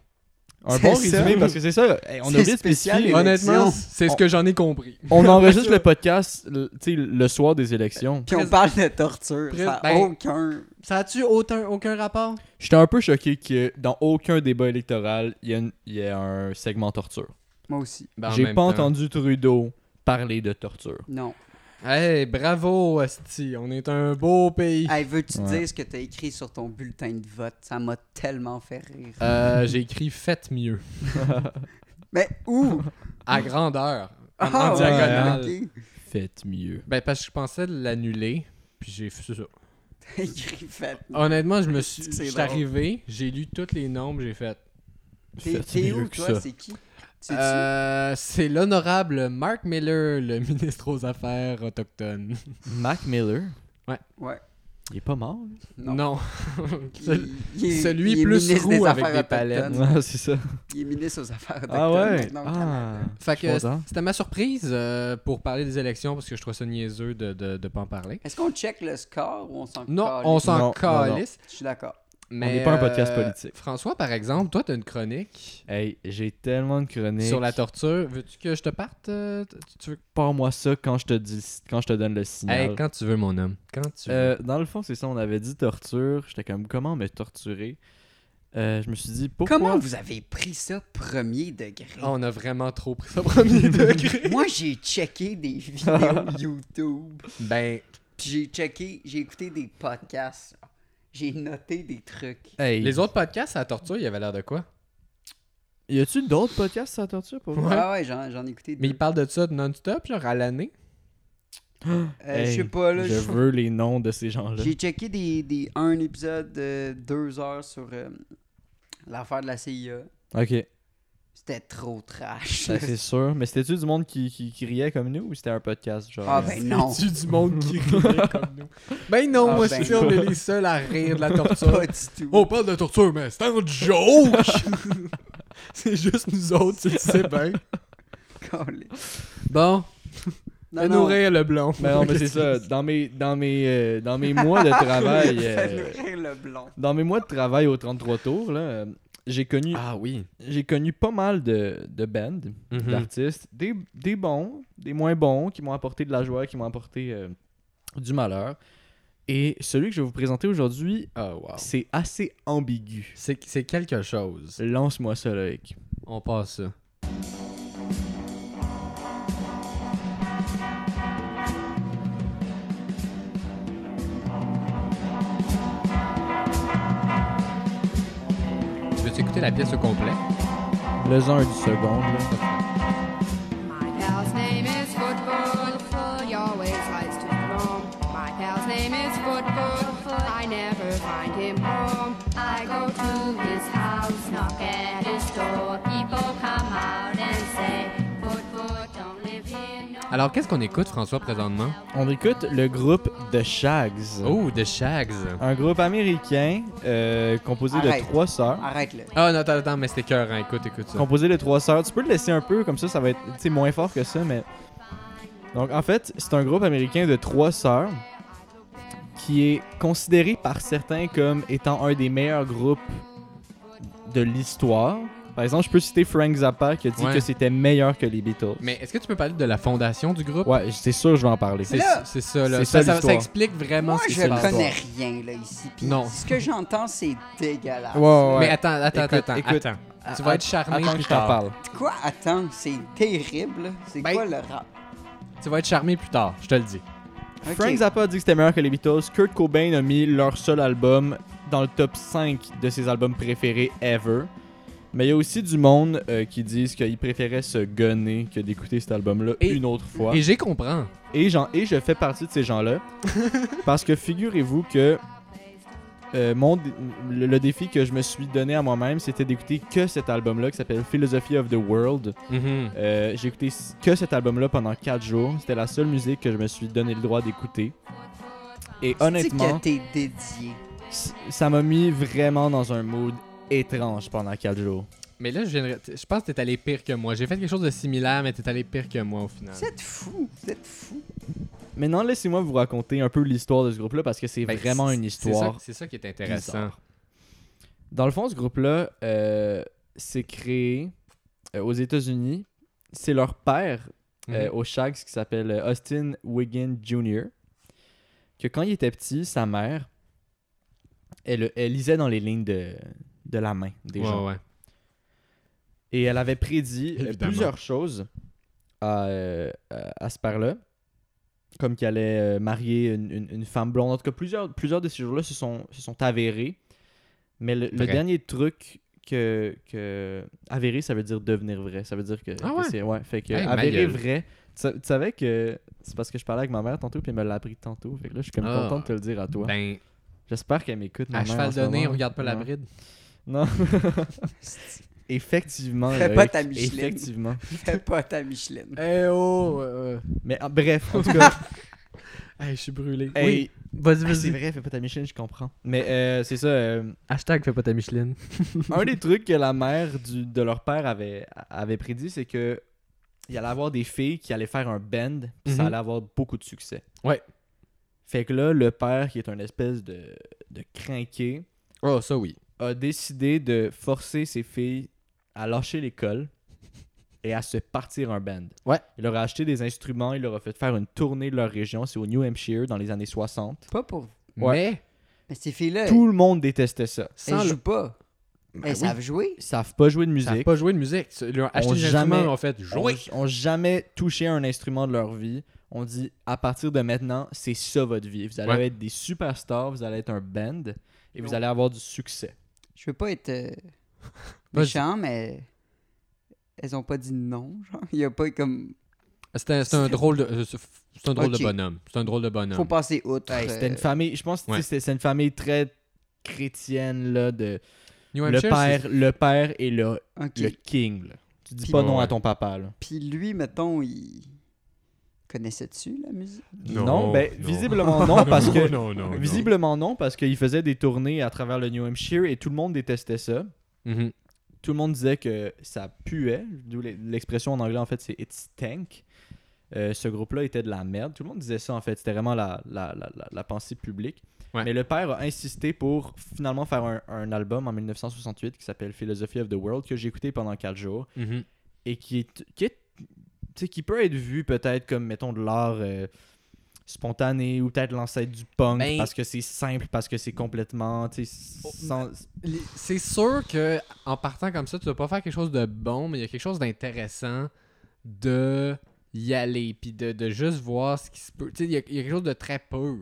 S2: Un
S3: C'est
S2: bon
S3: ça.
S2: résumé parce que c'est ça. hey, on
S3: C'est
S2: a oublié
S3: spécial,
S2: de spécifier.
S3: les mecs.
S1: Honnêtement, c'est ce que j'en ai compris.
S2: On enregistre le podcast le, tu sais, le soir des élections.
S3: Puis on
S1: Prés-
S3: parle de torture.
S1: Prés-
S3: Ça a
S1: ben-
S3: aucun.
S1: Ça a-tu aucun, aucun rapport?
S2: J'étais un peu choqué que dans aucun débat électoral, il y, a une- il y a un segment torture.
S3: Moi aussi.
S1: Ben,
S2: J'ai pas entendu Trudeau parler de torture.
S3: Non.
S1: Hey, bravo, Asti. On est un beau pays.
S3: Hey, veux-tu
S2: Ouais.
S3: dire ce que t'as écrit sur ton bulletin de vote? Ça m'a tellement fait rire.
S1: Euh, J'ai écrit Faites mieux.
S3: Mais où?
S1: À grandeur. En, en
S3: Ah, ouais,
S1: diagonale.
S3: ok.
S2: Faites mieux.
S1: Ben, parce que je pensais l'annuler. Puis j'ai fait ça.
S3: T'as écrit fait.
S1: Honnêtement, je me suis.
S3: C'est
S1: j'étais
S3: drôle.
S1: arrivé, j'ai lu tous les nombres, j'ai fait.
S3: T'es
S2: Faites
S3: t'es
S2: mieux
S3: où,
S2: que
S3: toi?
S2: ça.
S3: C'est qui? C'est-tu-
S1: Euh, C'est l'honorable Mark Miller, le ministre aux Affaires autochtones.
S2: Mac Miller,
S3: Ouais.
S2: il est pas mort. lui.
S3: Non.
S1: Non.
S3: Il- il est-
S1: Celui
S3: il est
S1: plus
S3: ministre des
S1: roux avec
S3: Affaires
S1: des palettes.
S3: autochtones.
S2: Ouais, c'est ça.
S3: Il est ministre aux Affaires autochtones.
S2: Ah ouais.
S3: maintenant, au
S2: Ah.
S3: Canada.
S1: Fait
S2: Je suis
S1: que
S2: content.
S1: c'était ma surprise euh, pour parler des élections parce que je trouve ça niaiseux de, de, de pas en parler.
S3: Est-ce qu'on check le score ou on s'en
S1: Non,
S3: calisse?
S1: on s'en
S2: Non, non,
S1: calisse.
S3: Je suis d'accord.
S1: Mais,
S2: n'est pas un podcast
S1: euh,
S2: politique.
S1: François, par exemple, toi, t'as une chronique
S2: Hey, j'ai tellement de chroniques.
S1: sur la torture. Veux-tu que je te parte euh, t- tu veux...
S2: Pars-moi ça quand je te dis, quand je te donne le signal.
S1: Hey, quand tu veux, mon homme. Quand tu veux.
S2: Euh, dans le fond, c'est ça. On avait dit torture. J'étais comme comment me torturer. Euh, je me suis dit pourquoi. Ah.
S3: Comment vous avez pris ça premier degré?
S1: On a vraiment trop pris ça premier degré.
S3: Moi, j'ai checké des vidéos YouTube,
S1: ben,
S3: puis j'ai checké, j'ai écouté des podcasts, j'ai noté des trucs.
S2: Hey,
S1: les autres podcasts à la torture, il y avait l'air de quoi
S2: Y a-tu d'autres podcasts sur la torture pour vous?
S1: Ouais.
S3: Ah ouais, j'en j'en ai écouté
S1: Mais
S3: des.
S1: ils parlent de ça non-stop, genre à l'année.
S3: Euh, je sais pas, là.
S2: Je
S3: je-
S2: veux les noms de ces gens-là.
S3: J'ai checké des, des- un épisode de deux heures sur euh, l'affaire de la CIA.
S2: Ok.
S3: C'était trop trash.
S2: Ben, c'est sûr. Mais c'était-tu du monde qui, qui, qui riait comme nous ou c'était un podcast? Genre, euh,
S3: ah ben non.
S1: Tu du monde qui riait comme nous. Ben non,
S3: Ah,
S1: moi,
S3: ben
S1: je suis on est les seuls à rire de la torture.
S3: Pas du tout.
S1: On parle de torture, mais c'est un joke! c'est juste nous autres, tu le sais bien.
S3: Colin.
S1: Bon,
S3: Non,
S1: fais
S3: non.
S1: nourrir le blond.
S2: Ben non, mais c'est ça. Dans mes, dans mes, euh, dans mes mois de travail,
S3: Ah, Fais
S2: euh,
S3: nourrir le blond.
S2: dans mes mois de travail au 33 tours, là, euh, j'ai connu,
S1: Ah oui.
S2: j'ai connu pas mal de, de bands,
S1: Mhm.
S2: d'artistes, des, des bons, des moins bons, qui m'ont apporté de la joie, qui m'ont apporté euh, du malheur. Et celui que je vais vous présenter aujourd'hui,
S1: Ah wow.
S2: c'est assez ambigu.
S1: C'est c'est quelque chose.
S2: Lance-moi ça, Loïc.
S1: On passe ça. Tu veux écouter la pièce au complet?
S2: Le zin du second, là.
S5: My pal's name is Football. He always likes to roam. My pal's name is Football. I never find him home. I go to his house, knock at his door. People come out and say, Football don't live here no
S1: Alors, qu'est-ce qu'on écoute, François, présentement?
S2: On écoute le groupe The Shags.
S1: Oh, The Shags.
S2: Un groupe américain euh, composé
S3: Arrête.
S2: de trois sœurs.
S3: Arrête là.
S1: Ah, non, attends, attends, mais c'était cœur, Écoute, écoute ça.
S2: composé de trois sœurs. Tu peux le laisser un peu, comme ça, ça va être tu sais, moins fort que ça, mais. Donc, en fait, c'est un groupe américain de trois sœurs qui est considéré par certains comme étant un des meilleurs groupes de l'histoire. Par exemple, je peux citer Frank Zappa qui a dit
S1: Ouais.
S2: que c'était meilleur que les Beatles.
S1: Mais est-ce que tu peux parler de la fondation du groupe?
S2: Ouais, c'est sûr, je vais en parler.
S1: C'est
S3: Là-
S1: c'est ça, là.
S2: C'est
S1: Ça,
S2: ça,
S1: ça- ça
S2: l'histoire.
S1: explique vraiment
S3: Moi,
S1: ce qui
S3: je
S1: se passe.
S3: connais rien là ici. Puis
S1: Non.
S3: Ce que j'entends, c'est dégueulasse.
S2: Ouais, ouais, ouais.
S1: Mais attends, attends,
S2: Écoute,
S1: attends,
S2: écoute.
S1: attends.
S2: Ah,
S1: tu vas être charmé
S2: attends que
S1: plus
S2: je t'en
S1: tard.
S2: parle.
S3: Quoi? Attends, c'est terrible. là. C'est
S1: Ben-
S3: quoi le rap?
S1: Tu vas être charmé plus tard, je te le dis.
S3: Ok.
S2: Frank Zappa a dit que c'était meilleur que les Beatles. Kurt Cobain a mis leur seul album dans le top 5 de ses albums préférés ever. Mais il y a aussi du monde euh, qui disent qu'ils préféraient se gunner que d'écouter cet album-là
S1: Et-
S2: une autre fois.
S1: Et j'ai comprends.
S2: Et, j'en- et je fais partie de ces gens-là. parce que figurez-vous que euh, mon dé- le, le défi que je me suis donné à moi-même, c'était d'écouter que cet album-là qui s'appelle Philosophy of the World. Euh, j'ai écouté s- que cet album-là pendant 4 jours. C'était la seule musique que je me suis donné le droit d'écouter. Et
S3: Tu sais
S2: honnêtement,
S3: que t'es dédié.
S2: s- ça m'a mis vraiment dans un mood étrange pendant 4 jours.
S1: Mais là, je, viendrais- t- je pense que t'es allé pire que moi. J'ai fait quelque chose de similaire, mais t'es allé pire que moi au final.
S3: Vous êtes fou. Vous êtes fou.
S2: Maintenant, laissez-moi vous raconter un peu l'histoire de ce groupe-là parce que c'est
S1: Ben,
S2: vraiment
S1: c'est-
S2: une
S1: c'est ça-
S2: histoire.
S1: C'est ça, qui est intéressant.
S2: bizarre. Dans le fond, ce groupe-là euh, s'est créé euh, aux États-Unis. C'est leur père euh,
S1: Mhm.
S2: au Shags qui s'appelle euh, Austin Wiggin Jr. Que quand il était petit, sa mère, elle, euh, elle lisait dans les lignes de, de la main des
S1: ouais,
S2: gens.
S1: ouais.
S2: Et elle avait prédit euh,
S1: Évidemment.
S2: plusieurs choses à, euh, à à ce père-là. Comme qu'il allait euh, marier une, une- une femme blonde. En tout cas, plusieurs, plusieurs de ces jours-là se sont, se sont avérés. Mais le, le
S1: Vrai.
S2: dernier truc que, que. Avéré, ça veut dire devenir vrai. Ça veut dire que,
S1: Ah
S2: que
S1: ouais?
S2: c'est. Ouais, fait que.
S1: Hey, ma
S2: avéré
S1: gueule.
S2: vrai. Tu, sa- tu savais que. C'est parce que je parlais avec ma mère tantôt, puis elle me l'a appris tantôt. Fait que là, je suis comme
S1: Ah.
S2: content de te le dire à toi.
S1: Ben,
S2: J'espère qu'elle m'écoute. ma
S1: à
S2: mère, en
S1: cheval
S2: ce
S1: donné, on
S2: moment.
S1: regarde pas la
S2: Ouais.
S1: bride.
S2: Non. Effectivement.
S3: Fais
S2: Loïc,
S3: pas ta Micheline.
S2: Effectivement.
S3: Fais pas ta Micheline.
S1: Eh oh! euh,
S2: Mais ah, bref, en tout cas,
S1: euh, hey, je suis brûlé.
S2: hey,
S1: Oui, vas-y,
S2: ah,
S1: vas-y.
S2: c'est vrai, fais pas ta Micheline, je comprends. Mais euh, c'est ça, euh,
S1: Hashtag fais pas ta Micheline.
S2: un des trucs que la mère du, de leur père avait, avait prédit, c'est que il allait avoir des filles qui allaient faire un band, puis ça
S1: Mhm.
S2: allait avoir beaucoup de succès.
S1: Ouais.
S2: Fait que là, le père, qui est un espèce de, de crinqué,
S1: Oh, ça oui.
S2: a décidé de forcer ses filles à lâcher l'école et à se partir un band.
S1: Ouais.
S2: Il leur a acheté des instruments, il leur a fait faire une tournée de leur région, c'est au New Hampshire dans les années 60.
S3: Pas pour.
S1: Ouais.
S3: Mais ces filles-là,
S2: Tout le monde détestait ça.
S1: Sans
S3: elles
S1: le-
S3: jouent pas. Elles savent jouer.
S2: Ils savent pas jouer de
S1: Ils savent
S2: musique.
S1: pas jouer de musique. Ils leur ont acheté
S2: On
S1: des
S2: jamais-
S1: instruments, en fait. Jouer!
S2: Ils ont jamais touché à un instrument de leur vie. On dit à partir de maintenant, c'est ça votre vie. Vous allez
S1: Ouais.
S2: être des superstars, vous allez être un band et vous allez avoir du succès.
S3: Je veux pas être euh,
S1: Vas-y.
S3: méchant, mais elles ont pas dit non, genre. Il y a pas comme.
S1: C'est un, c'est un drôle de... euh, C'est un drôle
S3: Ok.
S1: de bonhomme. C'est un drôle de bonhomme.
S3: Faut passer outre.
S2: Hey, C'était
S3: euh,
S2: une famille, je pense que tu sais,
S1: ouais.
S2: c'était- c'est une famille très chrétienne là, de
S1: New
S2: le
S1: Hampshire,
S2: père, le père est là,
S3: euh, Ok.
S2: le king. Là. Tu dis
S3: Puis-
S2: pas non
S1: Ouais.
S2: à ton papa. Là.
S3: Puis lui, mettons, il connaissait-tu la musique
S2: Non, ben, visiblement non, parce que
S7: Non, non, non.
S2: visiblement non parce qu'il faisait des tournées à travers le New Hampshire et tout le monde détestait ça.
S1: c'est- Mhm.
S2: Tout le monde disait que ça puait, d'où l'e- l'expression en anglais en fait c'est it stank. Euh, ce groupe-là était de la merde. Tout le monde disait ça en fait. C'était vraiment la, la, la, la- la pensée publique.
S1: Ouais.
S2: Mais le père a insisté pour finalement faire un, un album en 1968 qui s'appelle Philosophy of the World que j'ai écouté pendant 4 jours.
S1: Mhm.
S2: et qui est, qui est- tu sais, qui peut être vu peut-être comme mettons de l'art euh, spontané ou peut-être l'ancêtre du punk
S1: Ben- Oh,
S2: parce que c'est simple parce que c'est complètement tu sais, sans-
S1: Les- C'est sûr que en partant comme ça, tu vas pas faire quelque chose de bon, mais il y a quelque chose d'intéressant de y aller, puis de, de juste voir ce qui se peut. Tu sais, il y, a il y a quelque chose de très pur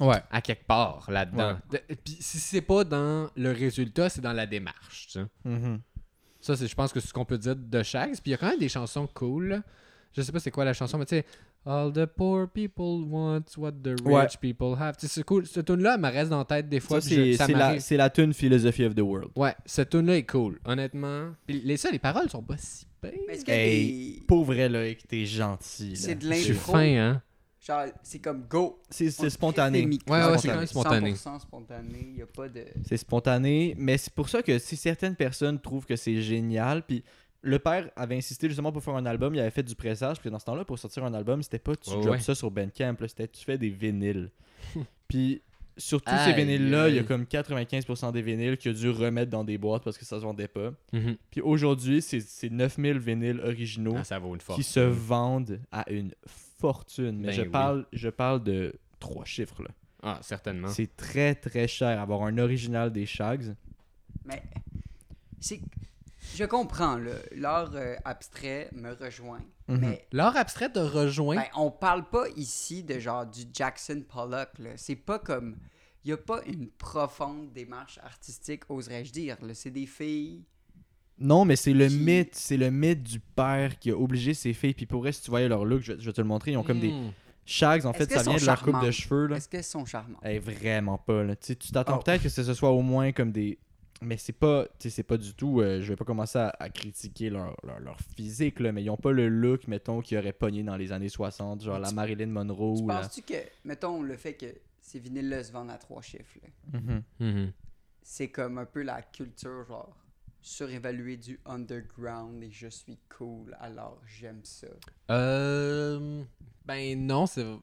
S2: ouais
S1: à quelque part là-dedans. De- Puis si c'est pas dans le résultat, c'est dans la démarche. tu sais.
S2: Mhm.
S1: Ça, c'est, je pense que c'est ce qu'on peut dire de Shags. Puis il y a quand même des chansons cool. Je sais pas c'est quoi la chanson, mais tu sais, All the poor people want what the rich
S2: Ouais.
S1: people have. Tu sais, c'est cool. Cette tune-là, elle me reste dans la tête des fois.
S2: ça
S1: puis je-
S2: c'est
S1: ça
S2: c'est la
S1: m'arrive.
S2: c'est la tune Philosophy of the World
S1: Ouais, cette tune là est cool, honnêtement. Puis les ça, les paroles sont pas si pires.
S3: Mais est-ce que
S2: hey
S3: des-
S2: pour vrai là que t'es gentil là.
S3: c'est de
S1: Je suis
S3: l'intro
S1: fin, hein.
S3: Genre, c'est comme go.
S2: c'est
S3: On
S2: c'est
S3: crée des
S2: spontané
S3: micros.
S1: Ouais, ouais,
S2: Spontané.
S1: c'est quand même spontané.
S3: 100% spontané, il n'y a pas de.
S2: C'est spontané, mais c'est pour ça que si certaines personnes trouvent que c'est génial, puis le père avait insisté justement pour faire un album, il avait fait du pressage, puis dans ce temps-là, pour sortir un album, c'était pas tu
S1: Ouais,
S2: drops
S1: ouais.
S2: ça sur Bandcamp, là, c'était tu fais des vinyles. puis sur tous
S1: Aïe,
S2: ces vinyles-là, il y a
S1: aïe.
S2: comme 95% des vinyles qu'il a dû remettre dans des boîtes parce que ça se vendait pas.
S1: Mhm.
S2: Puis aujourd'hui, c'est- c'est 9000 vinyles originaux
S1: Ah, ça vaut une force.
S2: Oh. qui se vendent à une fortune. Mais
S1: Ben
S2: je,
S1: oui.
S2: parle, je parle de trois chiffres. là.
S1: Ah, certainement.
S2: C'est très très cher avoir un original des Shags.
S3: Mais c'est. Je comprends, là. L'art euh, abstrait me rejoint.
S2: Mhm.
S3: Mais
S1: L'art abstrait te rejoint.
S3: Ben, on parle pas ici de genre du Jackson Pollock. là. C'est pas comme. Il n'y a pas une profonde démarche artistique, oserais-je dire. là. C'est des filles.
S2: Non, mais c'est le
S3: Qui-
S2: mythe, c'est le mythe du père qui a obligé ses filles. Puis pour vrai, si tu voyais leur look, je, je vais te le montrer, ils ont comme des
S1: Mm.
S2: shags, en
S3: Hmm. Est-ce
S2: fait,
S3: qu'elles
S2: ça vient
S3: sont
S2: de leur coupe de
S3: charmantes?
S2: cheveux. Là.
S3: Est-ce qu'elles sont charmantes?
S2: Eh, vraiment pas. Là. Tu sais, tu t'attends
S3: Oh.
S2: peut-être que ce ce soit au moins comme des. Mais c'est pas, tu sais, c'est pas du tout. euh, je vais pas commencer à, à critiquer leur, leur- leur physique, là, mais ils ont pas le look, mettons, qui aurait pogné dans les années 60, genre
S3: Tu-
S2: la Marilyn Monroe.
S3: Tu
S2: là.
S3: penses-tu que, mettons, le fait que ces vinyles-là se vendent à trois chiffres, là,
S2: Mhm.
S1: Mhm.
S3: c'est comme un peu la culture, genre, surévaluée du underground et je suis cool, alors j'aime ça.
S1: Euh, Ben non, c'est. Ouais.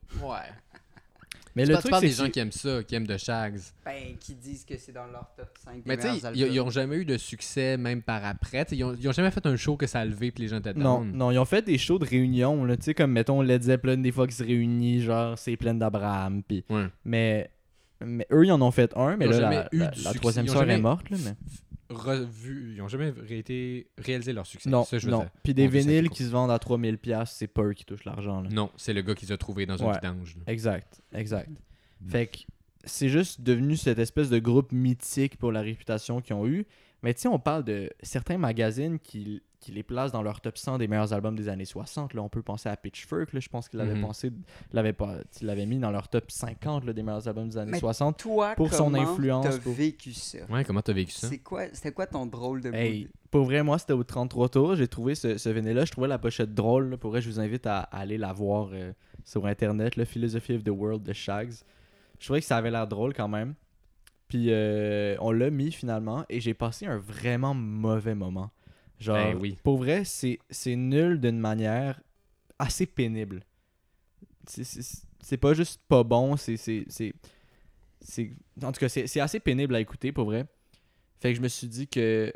S2: Mais
S1: Tu
S2: le
S1: parles- tu
S2: truc,
S1: parles
S2: c'est
S1: des
S2: que
S1: gens qui aiment ça, qui aiment de Shags.
S3: Ben, qui disent que c'est dans leur top 5 des
S1: Mais tu sais,
S3: meilleurs
S1: ils- ils
S3: albums.
S1: n'ont jamais eu de succès, même par après. Tu sais, Ils ont, ils ont jamais fait un show que ça a levé puis les gens étaient
S2: Non,
S1: down.
S2: non, ils ont fait des shows de réunion, là, tu sais, comme mettons Led Zeppelin, des fois qui se réunit, genre c'est plein d'Abraham, puis.
S1: Ouais.
S2: Mais, mais eux, ils en ont fait un, mais
S1: Ils ont
S2: là, la,
S1: jamais eu
S2: la-
S1: du
S2: la
S1: succès.
S2: troisième
S1: Ils ont
S2: sœur
S1: jamais-
S2: est morte, là, mais.
S1: Revu, ils n'ont jamais été réalisé leur succès.
S2: Non,
S1: Ça, je veux
S2: non.
S1: dire.
S2: Puis des
S1: Mon Dieu, ça fait
S2: vinyles
S1: cool.
S2: qui se vendent à 3000$, piastres, c'est pas eux qui touchent l'argent, là.
S1: Non, c'est le gars qu'ils ont trouvé dans une
S2: Ouais.
S1: vidange. là.
S2: Exact, exact.
S1: Mm.
S2: Fait que c'est juste devenu cette espèce de groupe mythique pour la réputation qu'ils ont eu. Mais tu sais, on parle de certains magazines qui, qui les placent dans leur top 100 des meilleurs albums des années 60. Là, on peut penser à Pitchfork, là, je pense qu'il l'avait
S1: Mhm.
S2: pensé, l'avait pas, il l'avait mis dans leur top 50 là, des meilleurs albums des années
S3: Mais
S2: 60.
S3: Toi,
S2: pour son
S3: comment
S2: influence,
S3: t'as
S2: pour-
S3: vécu ça?
S1: Ouais, comment t'as vécu ça?
S3: C'est quoi, c'était quoi ton drôle de
S2: Hey,
S3: mood?
S2: pour vrai, moi, c'était au 33 tours. J'ai trouvé ce, ce vinyle-là. Je trouvais la pochette drôle. là. Pour vrai, je vous invite à, à aller la voir euh, sur Internet, le Philosophy of the World de Shags. Je trouvais que ça avait l'air drôle quand même. Puis euh, on l'a mis finalement et j'ai passé un vraiment mauvais moment. Genre,
S1: Ben oui.
S2: pour vrai, c'est c'est nul d'une manière assez pénible. C'est- C'est c'est pas juste pas bon, c'est- c'est. c'est- c'est- En tout cas, c'est c'est assez pénible à écouter pour vrai. Fait que je me suis dit que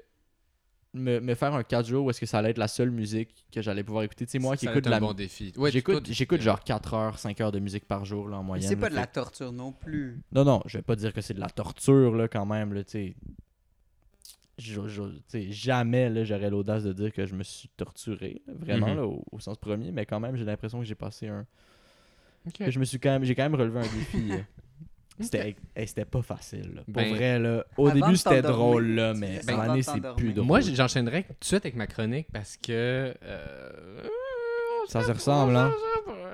S2: me, me faire un 4 jours où est-ce que ça allait être la seule musique que j'allais pouvoir écouter. Tu sais, moi qui
S1: Ça
S2: écoute
S1: va
S2: de
S1: être
S2: la
S1: un bon défi. Ouais,
S2: j'écoute,
S1: tu-
S2: j'écoute genre 4 heures, 5 heures de musique par jour là, en
S3: Mais
S2: moyenne.
S3: c'est pas
S2: là,
S3: de la
S2: fait-
S3: torture non plus.
S2: Non, non, je vais pas dire que c'est de la torture là, quand même. Là, tu sais. Je- je- tu sais, jamais là, j'aurais l'audace de dire que je me suis torturé, vraiment,
S1: Mhm.
S2: là, au, au sens premier, mais quand même, j'ai l'impression que j'ai passé un.
S1: Ok.
S2: que je me suis quand même, j'ai quand même relevé un défi. euh. C'était, hey, c'était pas facile. là. Pour
S1: Ben-
S2: vrai, là, au
S3: Avant
S2: début,
S3: de
S2: c'était
S3: t'endormir,
S2: drôle, là,
S3: tu
S2: mais
S3: laisses
S2: à un moment
S3: avant
S2: donné,
S3: de
S2: c'est plus
S3: t'endormir.
S2: drôle.
S1: Moi, j- j'enchaînerais tout de suite avec ma chronique parce que. euh,
S2: Ça se ressemble, hein?
S1: je sais pas,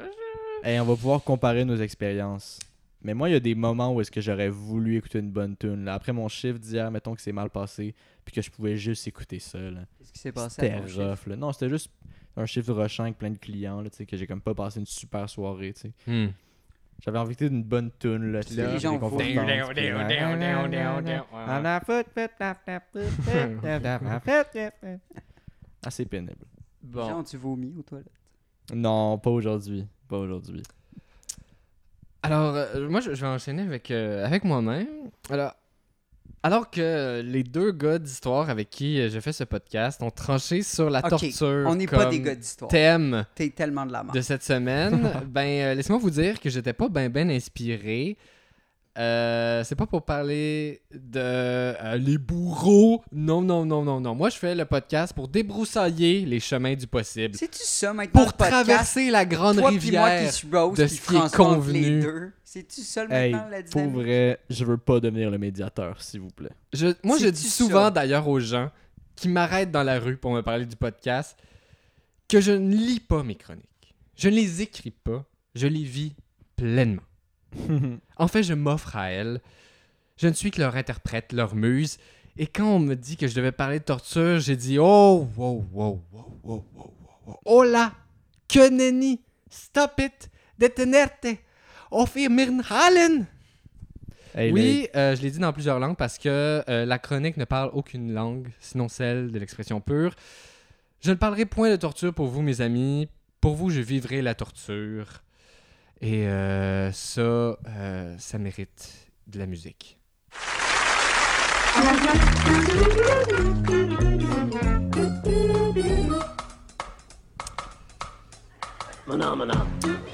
S1: je-
S2: Hey, on va pouvoir comparer nos expériences. Mais moi, il y a des moments où est-ce que j'aurais voulu écouter une bonne tune. Là. Après mon chiffre d'hier, mettons que c'est mal passé, puis que je pouvais juste écouter ça. Là.
S3: Qu'est-ce qui s'est passé
S2: C'était
S3: à ton chiffre?
S2: rough. Là. Non, c'était juste un chiffre rushant avec plein de clients, là, tu sais, que j'ai comme pas passé une super soirée. tu sais.
S1: Hmm.
S2: J'avais envie d'écouter une bonne tune. Là,
S3: les gens
S2: puis
S3: font-
S2: confortante, puis, euh, Assez pénible.
S1: Bon.
S3: Genre, tu vomis aux toilettes.
S2: Non, pas aujourd'hui. Pas aujourd'hui.
S1: Alors, euh, moi, je, je vais enchaîner avec, euh, avec moi-même. Alors, alors que euh, les deux gars d'histoire avec qui euh, j'ai fait ce podcast ont tranché sur la
S3: Ok,
S1: torture
S3: On n'est
S1: comme
S3: pas des gars d'histoire.
S1: thème
S3: T'es tellement de la merde.
S1: de cette semaine, ben, euh, laissez-moi vous dire que j'étais pas ben ben inspiré. Euh, c'est pas pour parler de euh, les bourreaux. Non, non, non, non, non. Moi, je fais le podcast pour débroussailler les chemins du possible.
S3: C'est-tu ça maintenant
S1: Pour
S3: le podcast?
S1: traverser la grande
S3: Toi puis moi
S1: rivière.
S3: qui suis Rose
S1: de
S3: puis
S1: ce qui est
S3: François entre les
S1: convenu.
S3: deux. C'est-tu ça le
S2: Hey,
S3: maintenant la
S2: pour
S3: dynamique?
S2: vrai, je veux pas devenir le médiateur, s'il vous plaît.
S1: Je- moi, je
S3: C'est-tu
S1: dis
S3: ça?
S1: souvent d'ailleurs aux gens qui m'arrêtent dans la rue pour me parler du podcast que je ne lis pas mes chroniques. Je ne les écris pas. Je les vis pleinement. en fait, je m'offre à elles. Je ne suis que leur interprète, leur muse. Et quand on me dit que je devais parler de torture, j'ai dit Oh, wow, wow, wow, wow, wow, wow. Oh là, que nenni, stop it, detenerte, ofirmirn halen.
S2: Hey,
S1: Oui, euh, je l'ai dit dans plusieurs langues parce que euh, la chronique ne parle aucune langue, sinon celle de l'expression pure. Je ne parlerai point de torture pour vous, mes amis. Pour vous, je vivrai la torture. Et euh, ça, euh, ça mérite de la musique.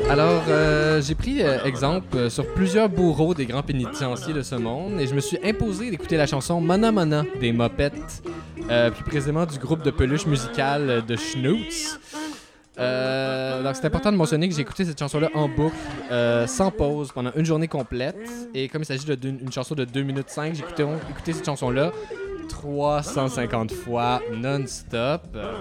S1: Alors, euh, j'ai pris euh, exemple euh, sur plusieurs bourreaux des grands pénitenciers de ce monde et je me suis imposé d'écouter la chanson Mana Mana des Mopettes, euh, plus précisément du groupe de peluche musicale euh, de Schnoots. Euh, donc, c'est important de mentionner que j'ai écouté cette chanson-là en boucle, euh, sans pause, pendant une journée complète. Et comme il s'agit d'une une chanson de 2 minutes 5, j'ai écouté, écouté cette chanson-là 350 fois non-stop. Euh,